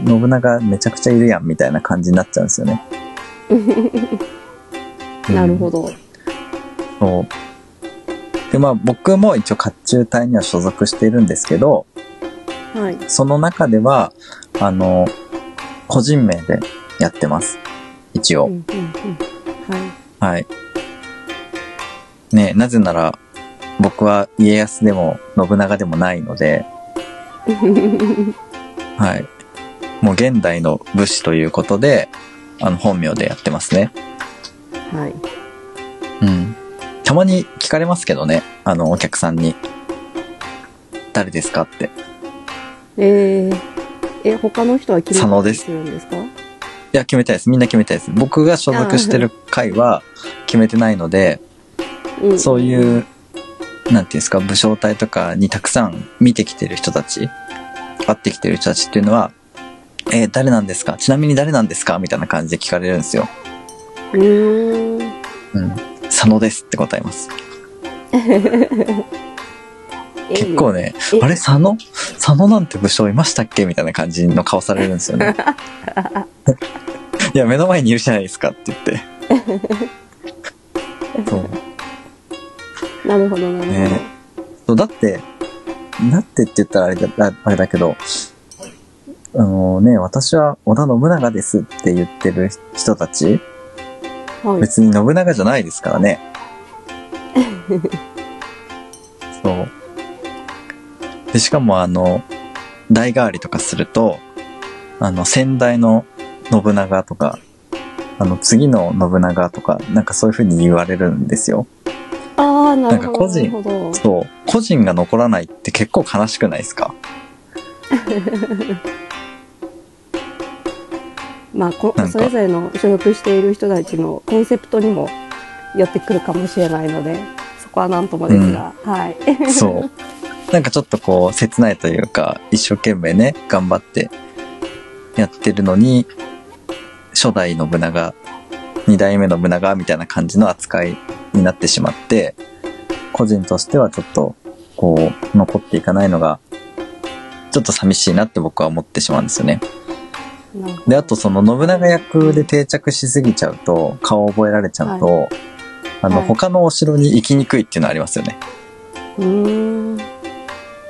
S1: 信長めちゃくちゃいるやんみたいな感じになっちゃうんですよね。
S2: なる
S1: ど
S2: ほど。
S1: そう。で、まあ僕も一応甲冑隊には所属しているんですけど、
S2: はい。
S1: その中では、あの、個人名でやってます。一応。
S2: うんうんうんはい。
S1: はい。ねえなぜなら、僕は家康でも信長でもないので、 はい。もう現代の武士ということで、あの、本名でやってますね。
S2: はい。
S1: うん。たまに聞かれますけどね、あの、お客さんに。誰ですかって。
S2: えー、え、他の人は決
S1: 佐
S2: め
S1: 野
S2: た
S1: で
S2: り
S1: す
S2: するんですか
S1: いや、決めたいです。みんな決めたいです。僕が所属してる会は決めてないので、
S2: うん
S1: そういう、なんていうんですか、武将隊とかにたくさん見てきてる人たち、会ってきてる人たちっていうのは、えー誰なんですかちなみに誰なんですかみたいな感じで聞かれるんですよ。
S2: うーん。
S1: うん。佐野ですって答えます。結構
S2: ね。
S1: ね、
S2: え
S1: あれ佐野佐野なんて武将いましたっけみたいな感じの顔されるんですよ ね。いや、目の前にいるじゃないですかって言 って。そう。
S2: なるほど、なるほ
S1: ねそうだって、だってって言ったらあれだああれだけど、あのね、私は織田信長ですって言ってる人たち、
S2: ど。はい。
S1: 別に信長じゃないですからね。そう。で、しかもあの、代替わりとかすると、あの、先代の信長とか、あの、次の信長とか、なんかそういう風に言われるんですよ。
S2: ああ、なるほ
S1: な
S2: ど。
S1: んか個人
S2: なるほど
S1: そう。個人が残らないって結構悲しくないですか
S2: まあこ
S1: なんか
S2: それぞれの所属している人たちのコンセプトにも寄ってくるかもしれないのでそこは何ともですが、はい
S1: そう。なんかちょっとこう、切ないというか、一生懸命ね、頑張ってやってるのに、初代信長、二代目信長みたいな感じの扱いになってしまって、個人としてはちょっと、こう、残っていかないのが、ちょっと寂しいなって僕は思ってしまうんですよね。
S2: なんか
S1: で、あとその信長役で定着しすぎちゃうと、顔覚えられちゃうと、あの、
S2: はい
S1: 他のお城に行きにくいっていうのはありますよね。
S2: うーん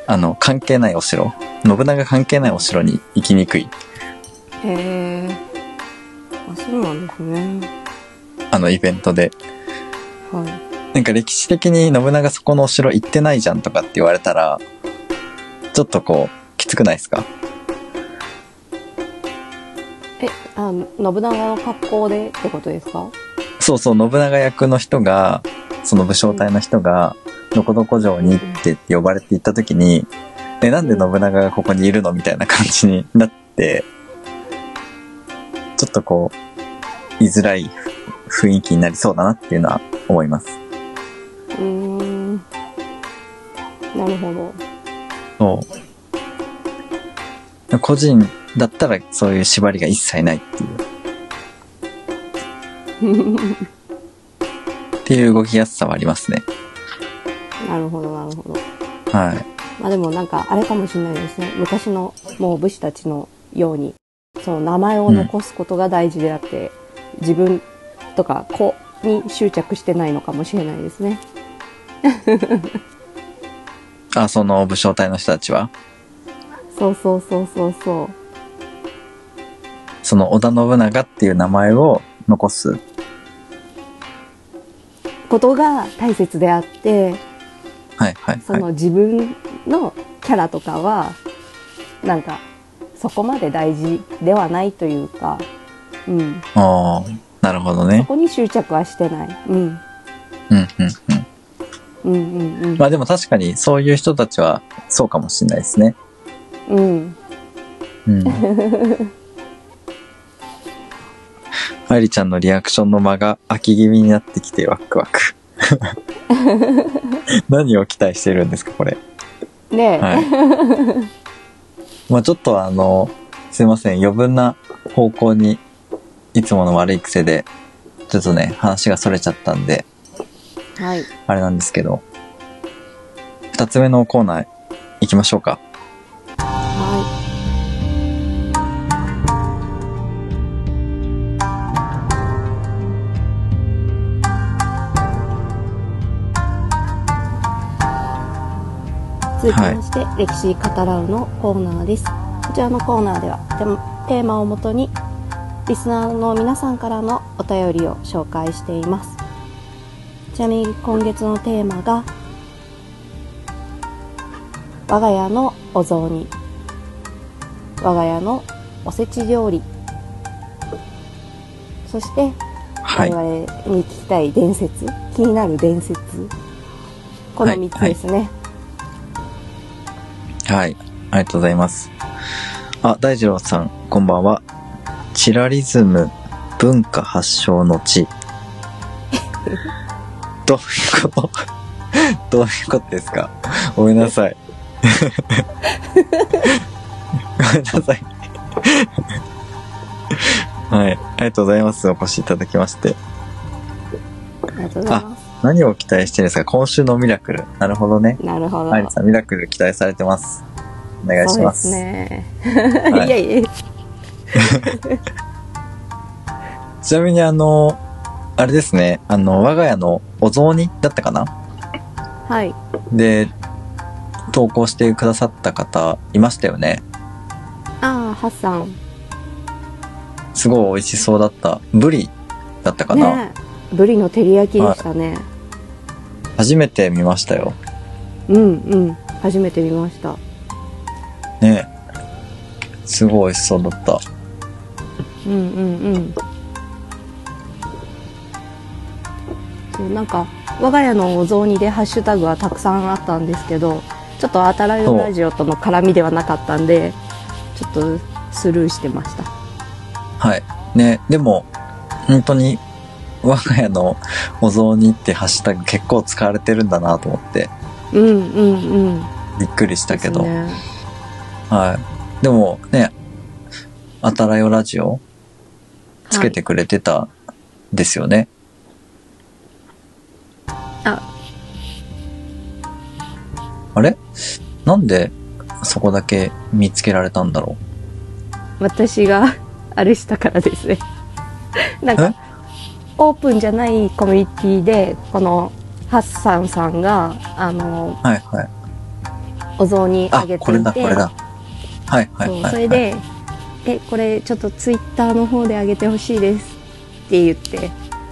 S1: あの、関係ないお城。信長関係ないお城に行きにくい。
S2: へえあそうなんですね
S1: あのイベントで。
S2: はい
S1: なんか歴史的に信長そこのお城行ってないじゃんとかって言われたら、ちょっとこう、きつくないですか
S2: えあ信長の格好でってことですか
S1: そうそう、信長役の人が、その武将隊の人が、どこどこ城に行ってって呼ばれて行った時に、え、なんで信長がここにいるのみたいな感じになって、ちょっとこう、居づらい雰囲気になりそうだなっていうのは思います。
S2: うーんなるほど
S1: そう。個人だったらそういう縛りが一切ないっていう。っていう動きやすさはありますね。
S2: なるほどなるほど
S1: はい。
S2: まあでもなんかあれかもしれないですね昔のもう武士たちのようにそう名前を残すことが大事であって、自分とか子に執着してないのかもしれないですね
S1: あ、その武将隊の人たちは、
S2: そうそうそうそうそ
S1: その織田信長っていう名前を残す。
S2: うことが大切であって
S1: はいはい
S2: そ
S1: はい。
S2: の自分のキャラとかはなんかそこまで大事ではないというか、うん、
S1: ああ、なるほど
S2: そ
S1: ね。
S2: こに執着はしてない、うん、
S1: うんうんうん。
S2: うんうんうん
S1: まあでも確かにそういう人たちはそうかもしれないですね。
S2: うん
S1: うん。愛理ちゃんのリアクションの間が空き気味になってき てワクワク。何を期待してるんですか、これ。
S2: ね え、
S1: はい。まあちょっとあの、すいません、余分な方向に、いつもの悪い癖で、ちょっとね、話が逸れちゃったんで、
S2: はい
S1: あれなんですけど、二つ目のコーナー行きましょうか。
S2: は続きまして、歴史語らうのコーナーです。こちらのコーナーでは、テーテーマをもとに、リスナーの皆さんからのお便りを紹介しています。ちなみに今月のテーマが、我が家のお雑煮我が家のおせち料理そして
S1: は
S2: 我
S1: い。
S2: 々に聞きたい伝説、気になる伝説この
S1: はい
S2: 3つですね
S1: はい。ありがとうございます。あ、大二郎さん、こんばんは。チラリズム、文化発祥の 地。どういうことどういうことですかごめんなさい。ごめんなさい。はい。ありがとうございます。お越しいただきまして。
S2: ありがとうございます
S1: 何を期待してるんですか今週のミラクル。なるほどね。
S2: なるほど、
S1: アイリさん、ミラクル期待されてます。お願いし
S2: そう
S1: ま
S2: です
S1: す。
S2: ね、
S1: はい
S2: い、やいや
S1: ちなみにあの、あれですね、あの、我が家のお雑煮だったかな
S2: はい
S1: で、投稿してくださった方いましたよね。
S2: ああハッサン
S1: すごい美味しそうだった。ブリだったかな、
S2: ねえブリの照り焼きでしたね、
S1: 初めて見ましたよ。
S2: うんうん初めて見ました
S1: ねすごい美味しそうだった。
S2: うんうんうんそうなんか我が家のお雑煮でハッシュタグはたくさんあったんですけどちょっとあたらよラジオとの絡みではなかったんでちょっとスルーしてました
S1: はい。ねでも、本当に、我が家のお雑煮ってハッシュタグ結構使われてるんだなと思って、
S2: うんうんうん
S1: びっくりしたけど。
S2: ですね
S1: はい。でもね、あたらよラジオつけてくれてたですよね。
S2: あ
S1: あれなんでそこだけ見つけられたんだろ
S2: 私が あれしたからですね なんかオープンじゃないコミュニティでこのハッサンさんがあの
S1: う。はいはい。
S2: お雑煮あ
S1: あ
S2: げていて、
S1: これだこれだ。はいはい
S2: そ
S1: はいうはい。
S2: それで「えこれちょっとツイッターの方で上げてほしいです」って言って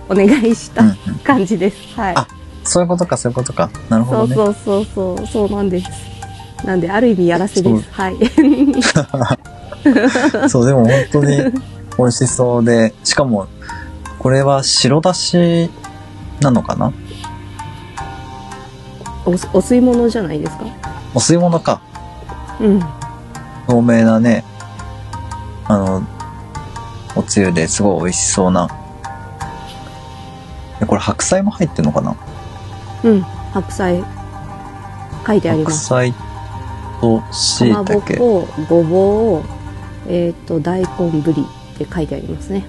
S2: お願いした
S1: うんうん
S2: 感じです、はい
S1: あそういうことかそういうことか。なるほど
S2: そう
S1: ね。
S2: そうそうそうそうなんですなんである意味やらせです はい
S1: そうでも本当に美味しそうで、しかもこれは白だしなのかな
S2: おお吸い物じゃないですか
S1: お吸い物か。
S2: うん
S1: 透明なね、あの、おつゆですごい美味しそうな。えこれ白菜も入ってんのかな
S2: うん白菜書いてあり
S1: 白
S2: ます
S1: 菜と
S2: か
S1: 椎
S2: まぼ
S1: 茸
S2: っ。こごぼうえっ、と大根ぶりって書いてありますね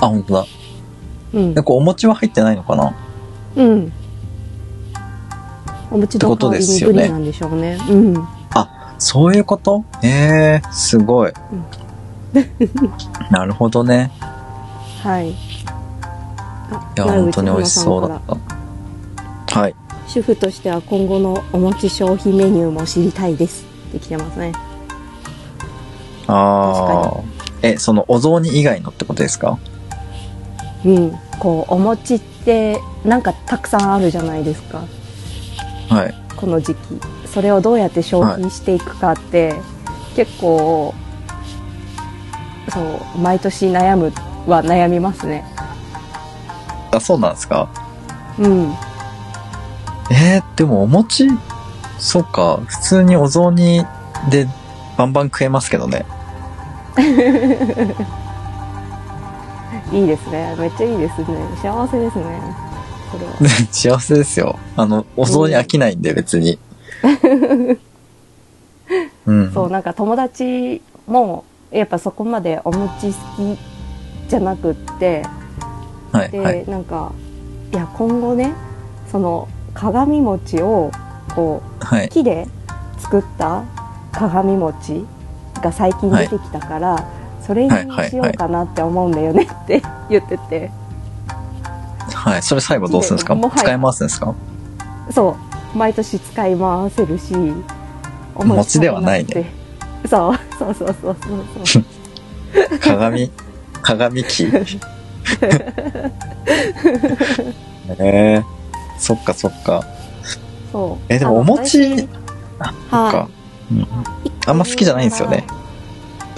S1: あ、本当だ。
S2: うん
S1: え、これお餅は入ってないのかな
S2: うんお餅の代わりにぶりなんでしょうねうん
S1: そういうことえー、すごい。
S2: うん
S1: なるほどね。
S2: はい。い
S1: いや、本当に美味しそうだった。はい。
S2: 主婦としては今後のお餅消費メニューも知りたいです。ってきてますね。
S1: あー。え、そのお雑煮以外のってことですか
S2: うん。こう、お餅ってなんかたくさんあるじゃないですか。
S1: はい。
S2: この時期。それをどうやって消費していくかって、結構、そう、毎年悩むは悩みますね。
S1: あ、そうなんですか
S2: うん。
S1: えー、でもお餅そっか普通にお雑煮でバンバン食えますけどね
S2: いいですね。めっちゃいいですね。幸せですね。それは。
S1: 幸せですよあのお雑煮飽きないんで別にうん。
S2: そうなんか友達もやっぱそこまでお餅好きじゃなくって
S1: はい
S2: で、
S1: はい。
S2: なんかいや今後ねその鏡餅をこ
S1: はい。
S2: う木で作った鏡餅が最近出てきたから、それにしようかなって思うんだよねって言ってて
S1: はい。それ最後どうするんですか
S2: もはや
S1: 使い回すんですか
S2: そう毎年使い回せるしお
S1: 餅ではないね
S2: 餅食べなくてそうそうそうそうそうそう
S1: 鏡鏡機へえそっかそっか。
S2: そう
S1: えでも
S2: あの
S1: お餅
S2: 最近
S1: なん
S2: はい
S1: か、うんあんま好きじゃないんですよね。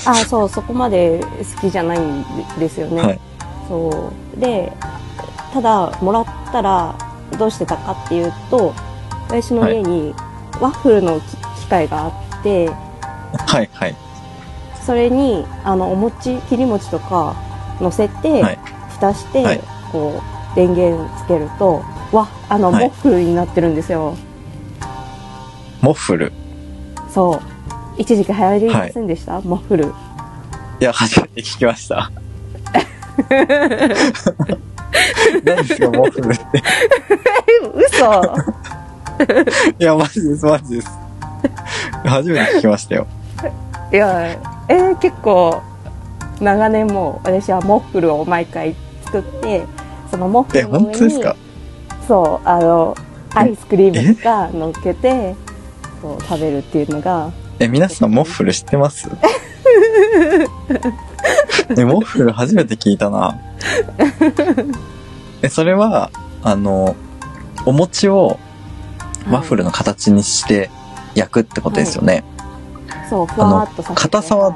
S2: あそうそこまで好きじゃないんですよね、
S1: はい
S2: そうでただもらったらどうしてたかっていうと私の家にワッフルのき機械があって
S1: はいはい
S2: それにあのお餅切り餅とか乗せて、
S1: はい
S2: 蓋して、
S1: はい
S2: こう電源つけるとわあの、
S1: はい
S2: モッフルになってるんですよ
S1: モッフル
S2: そう一時期流行りませんでした、モッフル
S1: いや初めて聞きました 何ですかモッフルって
S2: え嘘
S1: いやマジですマジです初めて聞きましたよ
S2: いやえー結構長年もう私はモッフルを毎回作ってそのモッフ
S1: え
S2: ルの
S1: 本
S2: 上
S1: 当です
S2: に
S1: か
S2: そうあのアイスクリームとか乗っけてそう食べるっていうのが
S1: え皆さんモッフル知ってますえモッフル初めて聞いたなえそれはあのお餅をワッフルの形にして焼くってことですよね、
S2: はいそうふわーっとさせて
S1: 硬さは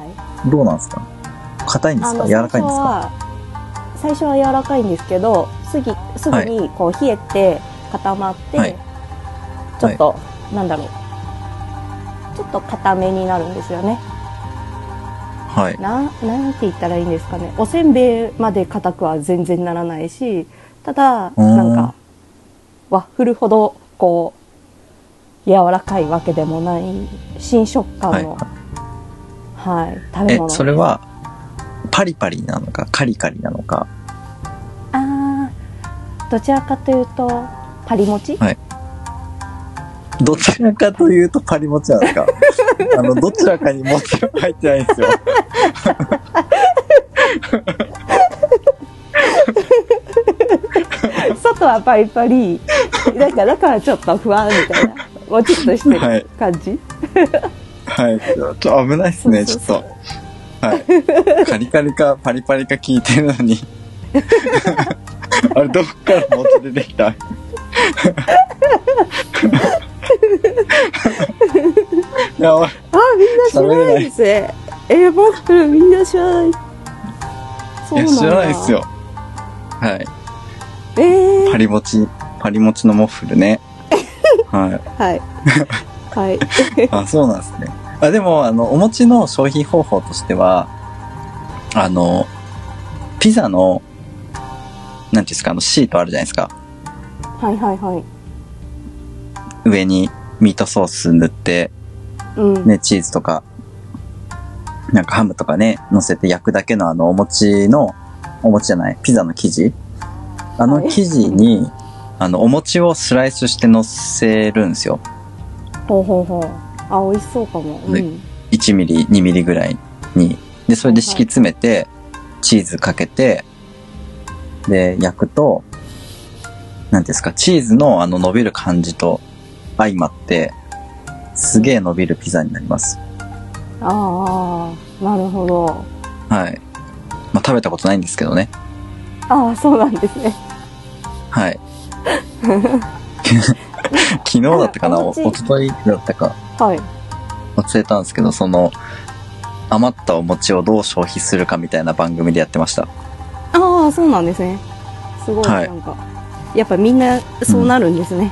S1: どうなんですか硬いんで
S2: あ
S1: すか
S2: の
S1: 柔らかいんですか
S2: 最初は最初は柔らかいんですけどすぐすぐにこう冷えて固まって、
S1: はい
S2: ちょっと、なんだろうちょっと固めになるんですよね
S1: はい
S2: ななんて言ったらいいんですかねおせんべいまで硬くは全然ならないしただ
S1: うん
S2: なんかワッフルほどこう柔らかいわけでもない新食
S1: は
S2: 感
S1: い
S2: の、はい食べ
S1: え
S2: 物
S1: それはパリパリなのかカリカリなのか
S2: あーどちらかというとパリ餅、
S1: はいどちらかというとパリ餅なんです かあのどちらかに餅は入ってないんですよ
S2: 外はパリパリだからだからちょっと不安みたいなもちっとして
S1: は
S2: る
S1: い
S2: 感じ、
S1: はいちょっと危ないですねち
S2: そ
S1: ょっ
S2: うそう
S1: とはいカリカリかパリパリか聞いてるのに あれどっから餅出てき たやばい
S2: あみんな知らないですねえー、モッフルみんな知らないそ
S1: いや
S2: だ
S1: 知らないですよはい
S2: えー、
S1: パリもち、パリもちのモッフル ね。はい。
S2: はい。はい。
S1: あ、そうなんですね。あ、でも、あの、お餅の消費方法としては、あの、ピザの、なんていうんですか、あの、シートあるじゃないですか。
S2: はいはいはい。
S1: 上にミートソース塗って、
S2: うん。
S1: ね、チーズとか、なんかハムとかね、乗せて焼くだけのあの、お餅の、お餅じゃない、ピザの生地。あの生地に、あの、お餅をスライスして乗せるんですよ。
S2: ほうほうほう。あ、美味しそうかも。う
S1: ね
S2: ん。
S1: 1ミリ2ミリぐらいにでそれで敷き詰めてチーズかけてで焼くと何ですかチーズのあの伸びる感じと相まってすげえ伸びるピザになります
S2: ああ、なるほど。
S1: はい、まあ、食べたことないんですけどね
S2: ああ、そうなんですね。
S1: はい 昨日だったかな
S2: あ
S1: お
S2: お餅
S1: おとといだったか
S2: はい。
S1: 忘れたんですけどその余ったお餅をどう消費するかみたいな番組でやってました
S2: ああ、そうなんですね。すごい、
S1: はい
S2: なんか。やっぱみんなそうなるんですね。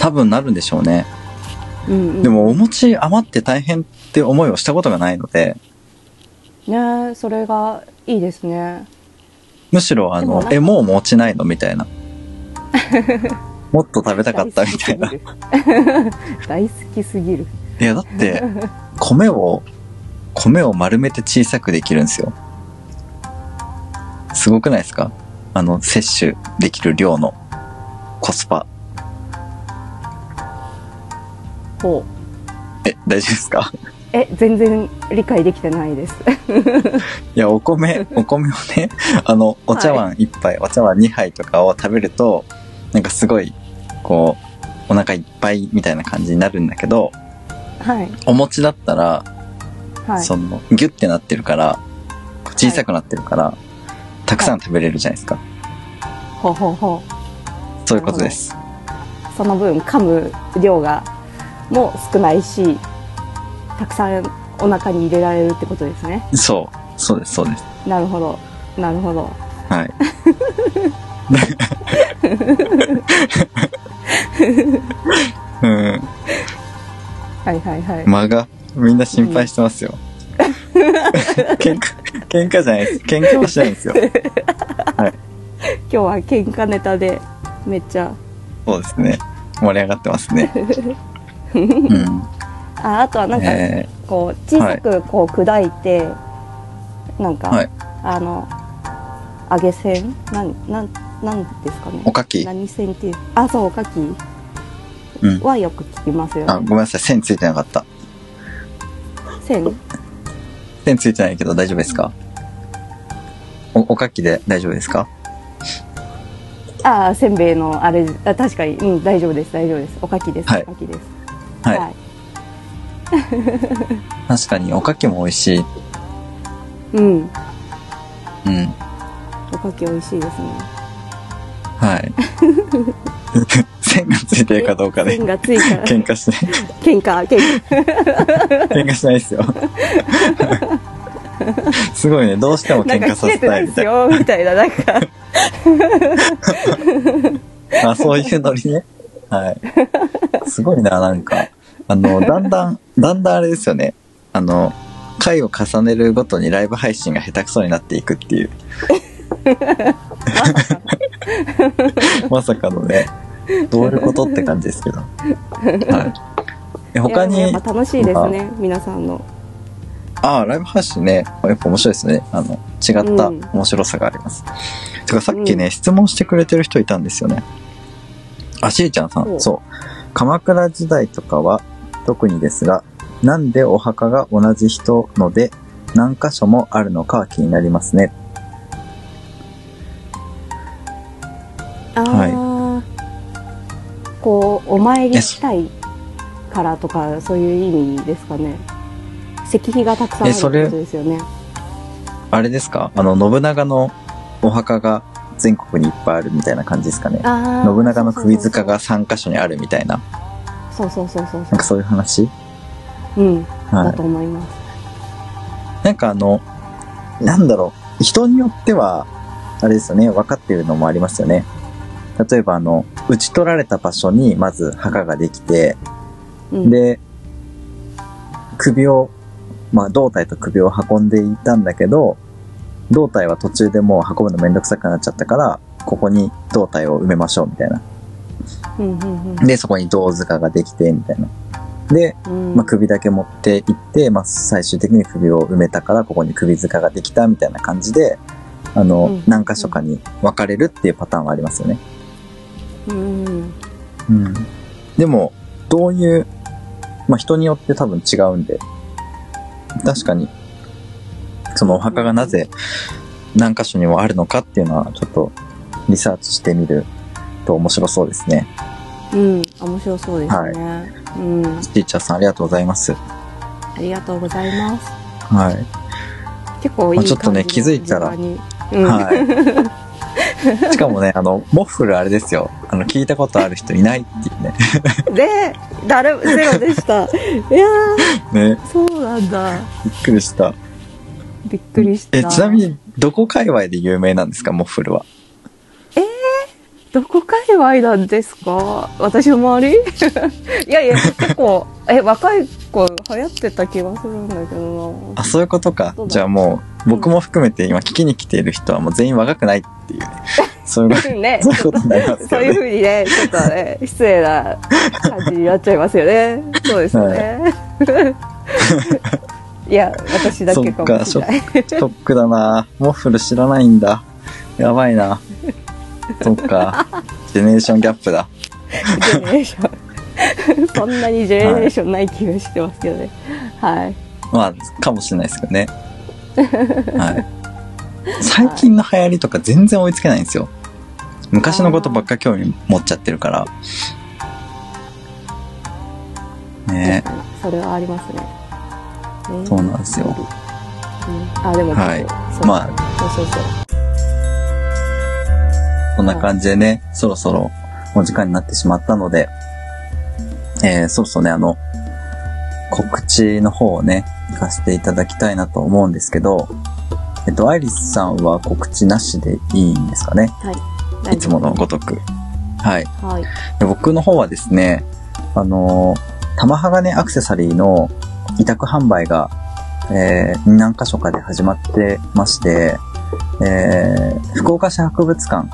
S1: 多分なるんでしょうね
S2: うん、うん。
S1: でもお餅余って大変って思いをしたことがないので、
S2: ねそれがいいですね。
S1: むしろあ
S2: でも
S1: の
S2: な、んか
S1: え、もうお餅ないのみたいな。もっと食べたかったみたいな。い
S2: 大好きすぎる
S1: や、だって、米を、米を丸めて小さくできるんですよ。すごくないですかあの、摂取できる量のコスパ。
S2: ほう
S1: え、大丈夫ですか
S2: え全然理解できてないです
S1: いや、お米、お米をね、あの、お茶碗一杯、お茶碗二杯とかを食べると、なんかすごい、こう、お腹いっぱいみたいな感じになるんだけど、
S2: はい
S1: お餅だったら、
S2: はい
S1: そのギュッてなってるからこう小さくなってるから、たくさん食べれるじゃないですか、
S2: ほうほうほ
S1: そういうことです
S2: うその分噛む量がもう少ないしたくさんお腹に入れられるってことですね
S1: そうそうですそうです
S2: なるほどなるほど
S1: はい う
S2: はいはいはい
S1: ん、間がみんな心配してますよ喧嘩喧嘩じゃないです喧嘩はしないんですよ
S2: 今日は喧嘩ネタでめっち ゃ
S1: そうですね盛り上がってますねうん
S2: ああとはなんか
S1: え
S2: こう小さくこう砕いて、なんか、
S1: はい
S2: あの揚げせんなんなんなんですかね
S1: ーおかき
S2: 何せんっていうあそうおかき
S1: うん
S2: はよく聞きますよ
S1: あごめんなさい線ついてなかった
S2: せん
S1: 点ついてないけど大丈夫ですかお、おかきで大丈夫ですか
S2: あせんべいのあれあ確かにうん大丈夫です大丈夫ですおかきです、
S1: はい
S2: おかきです
S1: はい。確かにおかきも美味しい。
S2: うん
S1: うん。
S2: おかき美味しいですね
S1: はい。線がついてるかどうかで
S2: せんがついたら
S1: 喧嘩しない。
S2: 喧嘩喧嘩
S1: 喧嘩しない ですよ。すごいね。どうしても
S2: なん
S1: 喧嘩
S2: か
S1: さ
S2: 切
S1: せ
S2: れて
S1: た
S2: な
S1: い
S2: い
S1: み
S2: です
S1: たい
S2: よみたいななんか
S1: な。あ、そういうノリね。はい。すごいな、なんか。あの、だんだん、だんだんあれですよね。あの、回を重ねるごとにライブ配信が下手くそになっていくっていう。まさかのね、どういうことって感じですけど。はい。え他
S2: いやで
S1: に
S2: もやっ、ぱ楽しいですね皆さんの
S1: ああ、ライブ配信ね、やっぱ面白いですね。あの、違った
S2: うん
S1: 面白さがあります。てかさっきね、
S2: う
S1: 質問してくれてる人いたんですよね。あ、しーちゃんさ
S2: ほ
S1: ん、
S2: う
S1: そう。鎌倉時代とかは特にですが、なんでお墓が同じ人ので何箇所もあるのかは気になりますね。
S2: ああ、こうお参りしたいからとかそういう意味ですかね石碑がたくさんあ
S1: え
S2: るって
S1: そ
S2: こ
S1: れ
S2: とですよね
S1: あれですかあの、信長のお墓が全国にいっぱいあるみたいな感じですかね。
S2: あー
S1: 信長の首塚が3カ所にあるみたいな、
S2: そうそうそうそう
S1: な
S2: そ
S1: んかそういう話
S2: ううん
S1: は
S2: だ
S1: い。
S2: と思います
S1: なんかあの、なんだろう、人によっては、あれですよね、分かっているのもありますよね。例えばあの、打ち取られた場所にまず墓ができて、
S2: うん
S1: で、首を、まあ胴体と首を運んでいたんだけど、胴体は途中でもう運ぶのめんどくさくなっちゃったから、ここに胴体を埋めましょうみたいな。
S2: うんうん
S1: で、そこに胴塚ができて、みたいな。で、
S2: うん
S1: まあ、首だけ持って行って、まあ、最終的に首を埋めたからここに首塚ができたみたいな感じであの、
S2: うん
S1: 何箇所かに分かれるっていうパターンはありますよね。
S2: うんうん
S1: うん、でもどういう、まあ、人によって多分違うんで確かにそのお墓がなぜ何箇所にもあるのかっていうのはちょっとリサーチしてみると面白そうですね。
S2: うん面白そうですね、うん
S1: ティーチャーさんありがとうございます。
S2: ありがとうございます
S1: はい。
S2: 結構いい
S1: まあ
S2: 感じ
S1: ちょっとね
S2: の
S1: 気づいたら
S2: 時間にうん、
S1: はい。しかもね、あの、モッフルあれですよ。あの、聞いたことある人いないっていうね。
S2: で誰もゼロでした いや
S1: ね、
S2: ーそうなんだ
S1: びっくりした。
S2: びっくりした
S1: え、ちなみに、どこ界隈で有名なんですか、モッフルは。
S2: どこ界隈なんですか私の周り いやいや結構え若い子流行ってた気がするんだけどな
S1: あ、そういうことか
S2: そう。だ
S1: じゃあもう、僕も含めて今聞きに来ている人はもう全員若くないっていうね、そういうこ
S2: ね
S1: と、そういうことになります
S2: そう
S1: よ
S2: いうふ
S1: ね。
S2: うにね、ちょっと ね、失礼な感じになっちゃいますよね。そうですね。い、や、私だけかもしれない。
S1: ショックだなモッフル知らないんだ。やばいなそっか。ジェネレーションギャップだ。
S2: ジェネレーショ ン。そんなにジェネレーションない気がしてますけどね。はい。
S1: まあ、かもしれないですけどね。はい。最近の流行りとか全然追いつけないんですよ。昔のことばっか興味持っちゃってるから。ね
S2: 確かにそれはありますね。ね
S1: そうなんですよ。
S2: うんあ、でも、
S1: はい
S2: そう
S1: ま
S2: そうそうそう。
S1: こんな感じでね、そろそろお時間になってしまったので、えー、そろそろね、あの、告知の方をね、行かせていただきたいなと思うんですけど、えっと、アイリスさんは告知なしでいいんですかね
S2: はい
S1: つものごとく。はい。
S2: はい。
S1: で僕の方はですね、あのー、玉鋼アクセサリーの委託販売が、えー、何箇所かで始まってまして、えー、福岡市博物館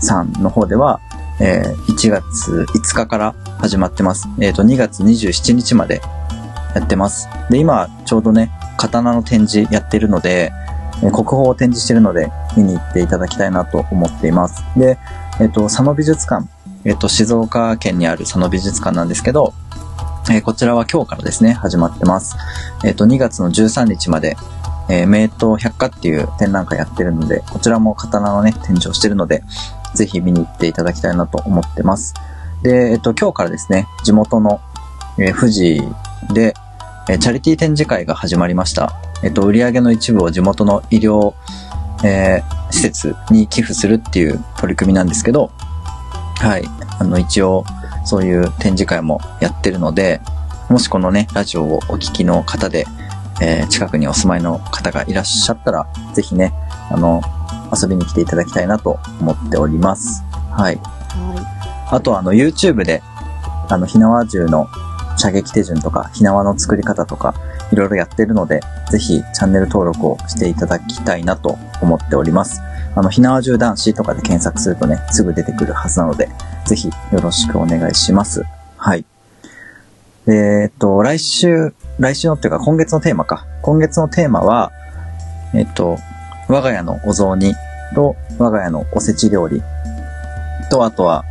S1: さんの方では、えー、1月5日から始まってます。えっ、と、2月27日までやってます。で、今、ちょうどね、刀の展示やってるので、えー国宝を展示してるので、見に行っていただきたいなと思っています。で、えっ、と、佐野美術館えっと、静岡県にある佐野美術館なんですけど、えーこちらは今日からですね、始まってます。えっと、2月の13日まで、えー名刀百科っていう展覧会やってるので、こちらも刀のね、展示をしてるので、ぜひ見に行っていただきたいなと思ってます。で、えっと、今日からですね、地元の、えー富士で、えーチャリティー展示会が始まりました。えっと、売り上げの一部を地元の医療、えー施設に寄付するっていう取り組みなんですけど、はい。あの、一応、そういう展示会もやってるので、もしこのね、ラジオをお聞きの方で、えー近くにお住まいの方がいらっしゃったら、ぜひね、あの、遊びに来ていただきたいなと思っております。はい。
S2: は
S1: あと、あの、YouTube で、あの、ひなわ銃の射撃手順とか、ひなわの作り方とか、いろいろやってるので、ぜひチャンネル登録をしていただきたいなと思っております。あの、ひなわ銃男子とかで検索するとね、すぐ出てくるはずなので、ぜひよろしくお願いします。はい。でえっと、来週、来週のっていうか今月のテーマか。今月のテーマは、えっと、我が家のお雑煮と我が家のおせち料理と、あとは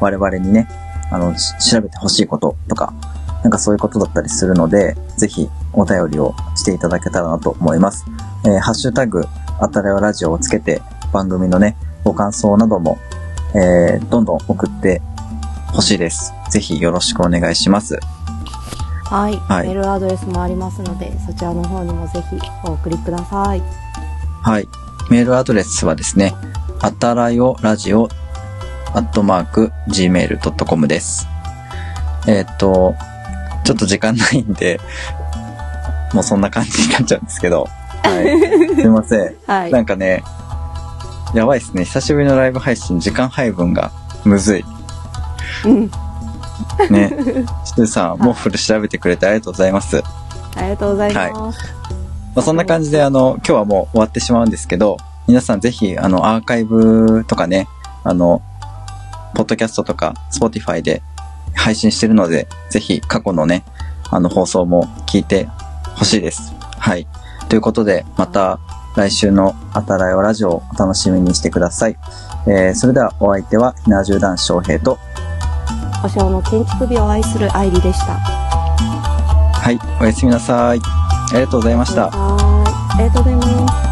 S1: 我々にね、あの、し調べてほしいこととか、なんかそういうことだったりするので、ぜひお便りをしていただけたらなと思います。えーハッシュタグ、あたれはラジオをつけて、番組のね、ご感想なども、えーどんどん送ってほしいです。ぜひよろしくお願いします。
S2: い。
S1: は
S2: はいい。メールアドレスもありますので、そちらの方にもぜひお送りください。
S1: はい。メールアドレスはですね、あたらよラジオアットマーク gmail.com です。えーっと、ちょっと時間ないんで、もうそんな感じになっちゃうんですけど、 はい。すいません。
S2: はい。
S1: なんかね、やばいっすね。久しぶりのライブ配信、時間配分がむずい。
S2: うん。
S1: ね。シュウさん、モッフル調べてくれてありがとうございます。
S2: ありがとうございます。
S1: まあ、そんな感じで、あの、今日はもう終わってしまうんですけど、皆さんぜひ、あの、アーカイブとかね、あの、ポッドキャストとか、Spotify で配信してるので、ぜひ過去のね、あの、放送も聞いてほしいです。はい。ということで、また来週のあたらよラジオをお楽しみにしてください。えー、それではお相手は、ひなじゅう男子翔平と、
S2: お正の建築美を愛する愛理でした。
S1: はい、おやすみなさい。ありがとうございました。
S2: はーいありがとうございます。